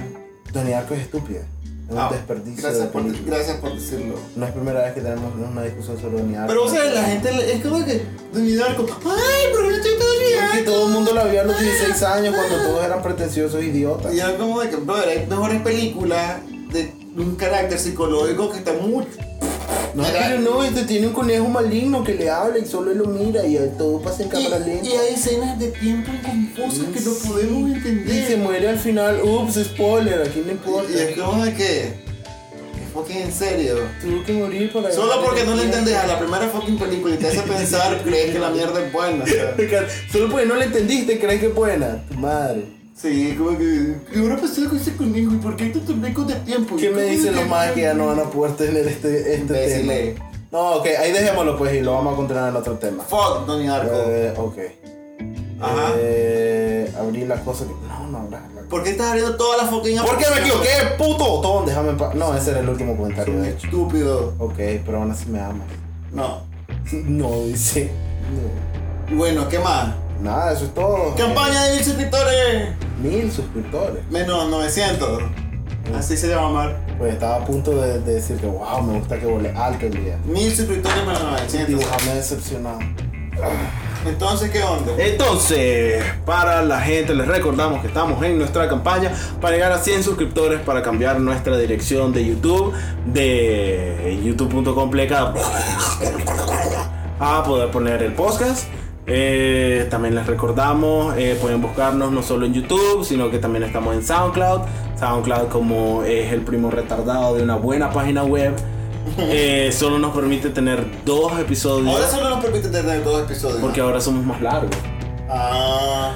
S3: Donnie Darko es estúpida. Es
S2: Ah,
S3: un desperdicio.
S2: Gracias
S3: de
S2: por,
S3: película.
S2: gracias por decirlo.
S3: No es primera vez que tenemos una discusión sobre Donnie Darko.
S2: Pero, o sea, la gente le- es como que Donnie Darko. ¡Ay, pero yo estoy todo
S3: Porque todo el mundo la vio a los 16 años cuando todos eran pretenciosos e idiotas.
S2: Y era como de que, brother, hay mejores películas de un carácter psicológico que está mucho.
S3: No,
S2: Era-
S3: pero no, este tiene un conejo maligno que le habla y solo él lo mira y todo pasa en cámara
S2: Y,
S3: lenta.
S2: y hay escenas de tiempo confusas que no podemos
S3: Y se
S2: entender.
S3: muere al final, ups, spoiler, ¿a quién le importa?
S2: Y es como de que. Es fucking en serio.
S3: Tuvo que morir para...
S2: Solo porque no le entendés a la primera fucking película y te hace pensar, crees que la mierda es buena. o sea.
S3: Solo porque no le entendiste, crees que es buena. Tu madre.
S2: Sí, como que. ¿Qué habrá pasado con ese conejo? ¿Y por qué hay tantos conejos de tiempo?
S3: ¿Qué me dicen los más que ya no van a poder tener este, este tema?
S2: Imbéciles.
S3: No, ok, ahí dejémoslo pues y lo vamos a continuar en otro tema.
S2: Fuck, Donnie Darko.
S3: Eh, ok.
S2: Ajá.
S3: Eh, abrí la cosa que... No, no, la, la-
S2: ¿Por qué estás abriendo todas las fucking
S3: ¿Por qué me equivoqué, puto botón? Déjame en paz. No, ese era el último comentario, de hecho.
S2: Estúpido.
S3: Ok, pero aún así me amas.
S2: No.
S3: No, dice.
S2: Y bueno, ¿qué más?
S3: Nada, eso es todo.
S2: Campaña de mil suscriptores.
S3: Mil suscriptores.
S2: Menos 900. Así se llama mal.
S3: Pues estaba a punto de, de decirte, wow, me gusta que vole alto el día.
S2: Mil suscriptores menos
S3: Digo,
S2: 900.
S3: me he decepcionado.
S2: Entonces, ¿qué onda?
S10: Eh, Entonces, para la gente, les recordamos que estamos en nuestra campaña para llegar a 100 suscriptores para cambiar nuestra dirección de YouTube de youtube.com pleca a poder poner el podcast. Eh, también les recordamos, eh, pueden buscarnos no solo en YouTube, sino que también estamos en SoundCloud. SoundCloud como es el primo retardado de una buena página web, eh, solo nos permite tener dos episodios
S2: Ahora solo nos permite tener dos episodios.
S10: porque ahora somos más largos.
S2: Ah.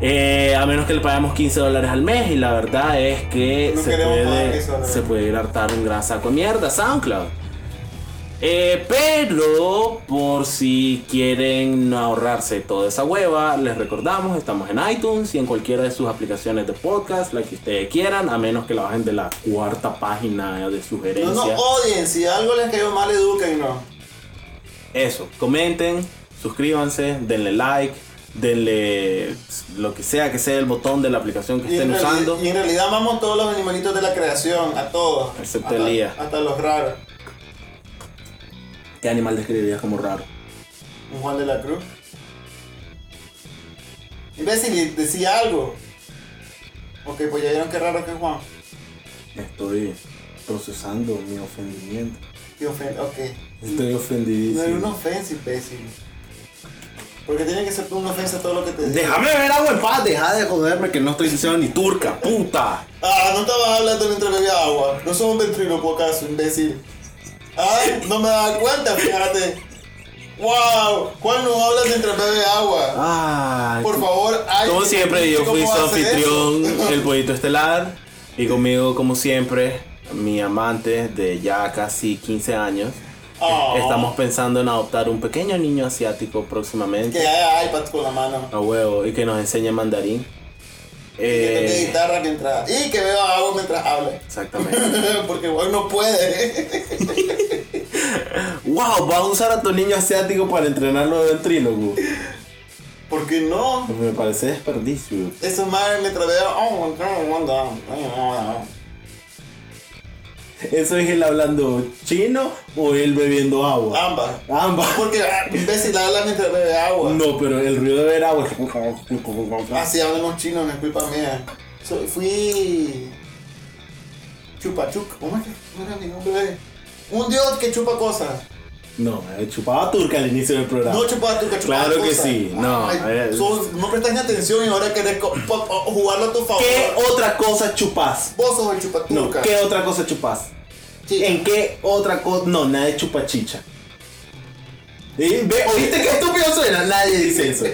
S10: Eh, a menos que le pagamos 15 dólares al mes y la verdad es que
S2: No
S10: se,
S2: queremos pagar 15
S10: puede,
S2: dólares.
S10: se puede ir a hartar un gran saco de mierda SoundCloud. Eh, pero por si quieren ahorrarse toda esa hueva, les recordamos, estamos en iTunes y en cualquiera de sus aplicaciones de podcast, la que ustedes quieran, a menos que la bajen de la cuarta página de
S2: No oh. nos
S10: sugerencias.
S2: odien. Si algo les cayó mal, edúquennos.
S10: Eso, comenten, suscríbanse, denle like, denle lo que sea que sea el botón de la aplicación que
S2: Y en,
S10: estén
S2: reali-
S10: usando.
S2: y en realidad amamos todos los animalitos de la creación, a todos.
S10: Excepto
S2: hasta,
S10: Elías.
S2: Hasta los raros.
S10: ¿Qué animal describirías como raro?
S2: Un Juan de la Cruz. Imbécil, decía algo. Ok, pues ya vieron qué raro que es Juan.
S10: Estoy procesando mi ofendimiento.
S2: Qué ofen- ok.
S10: Estoy
S2: No era
S10: ofendidísimo.
S2: una ofensa, imbécil. Porque tiene que ser una ofensa todo lo que te digo.
S3: Déjame ver agua en paz, deja de joderme que no estoy diciendo ni turca, puta.
S2: Ah, no estabas hablando mientras bebía agua. No somos ventrílocuo acaso, imbécil. Ay, no me daba cuenta, fíjate. Wow, Juan no habla mientras bebe agua.
S3: Ay,
S2: Por favor, ay.
S1: Ah, Como siempre, yo fui
S2: ¿cómo
S1: su
S2: hace
S1: anfitrión,
S2: eso?
S1: el pollito estelar. Y conmigo, como siempre, mi amante de ya casi 15 años.
S2: Ah,
S3: Oh.
S1: Estamos pensando en adoptar un pequeño niño asiático próximamente.
S2: Que haya iPad con la mano.
S1: A huevo, y que nos enseñe mandarín.
S2: Que
S1: Eh,
S2: toque guitarra mientras. Y que beba agua mientras hable.
S1: exactamente.
S2: Porque Juan no puede.
S1: wow, vas a usar a tu niño asiático para entrenarlo de ventrílogo.
S2: ¿Por qué no?
S1: Me parece desperdicio.
S2: Eso madre mientras bebe. Oh, my God, oh, my God, oh, my God.
S1: ¿Eso es él hablando chino o él bebiendo agua?
S2: Ambas.
S1: Ambas.
S2: Porque ah, imbécil habla mientras bebe agua.
S1: No, pero el ruido de beber agua es-
S2: Así hablan los chinos, no es culpa mía. So- fui. Chupachuc. ¿Cómo es que? No era ningún bebé. Un dios que chupa cosas.
S1: No, eh, chupaba turca al inicio del programa.
S2: No chupaba tu que chupaba
S1: Claro que
S2: cosas.
S1: sí, no,
S2: Ay,
S1: eh.
S2: sos- no prestas ni atención y ahora querés co- po- po- jugarlo a tu favor.
S3: ¿Qué otra cosa chupas?
S2: Vos sos el
S3: No,
S2: chupaturca.
S3: ¿qué otra cosa chupas?
S2: Sí.
S3: ¿En qué otra cosa? No, nadie chupa chicha. ¿Eh? ¿Ve? ¿Oíste qué estúpido suena? Nadie dice eso.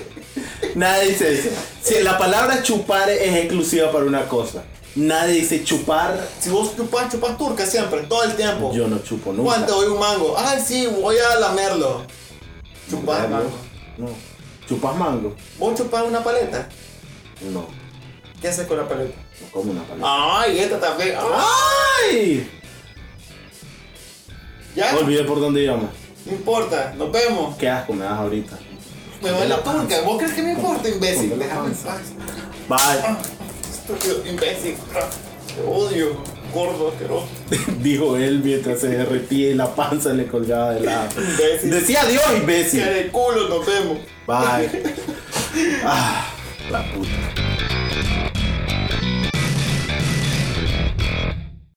S3: Nadie dice eso. Si la palabra chupar es exclusiva para una cosa. Nadie dice chupar.
S2: Si vos chupas, chupas turca siempre, todo el tiempo.
S3: Yo no chupo nunca.
S2: Juan, te doy un mango. Ay, sí, voy a lamerlo. Chupar
S3: Lamerlo.
S2: mango.
S3: No. ¿Chupas mango?
S2: ¿Vos chupas una paleta?
S3: No.
S2: ¿Qué haces con la paleta?
S3: No como una palabra.
S2: Ay, esta también. Ah,
S3: ¡Ay!
S2: ya,
S3: Olvidé por dónde íbamos.
S2: no importa, nos vemos.
S3: Qué asco me das ahorita.
S2: Me duele la turca. ¿Vos crees que me importa, imbécil?
S3: Ponte la
S2: Déjame en
S3: panza.
S2: paz.
S3: Bye.
S2: Ah, Estúpido, imbécil. Ah, Te odio, gordo, asqueroso.
S3: Dijo él mientras se derretía y la panza le colgaba de lado.
S2: Imbécil.
S3: Decía adiós,
S2: Que
S3: imbécil.
S2: de culo nos vemos.
S3: Bye. Ah, la puta.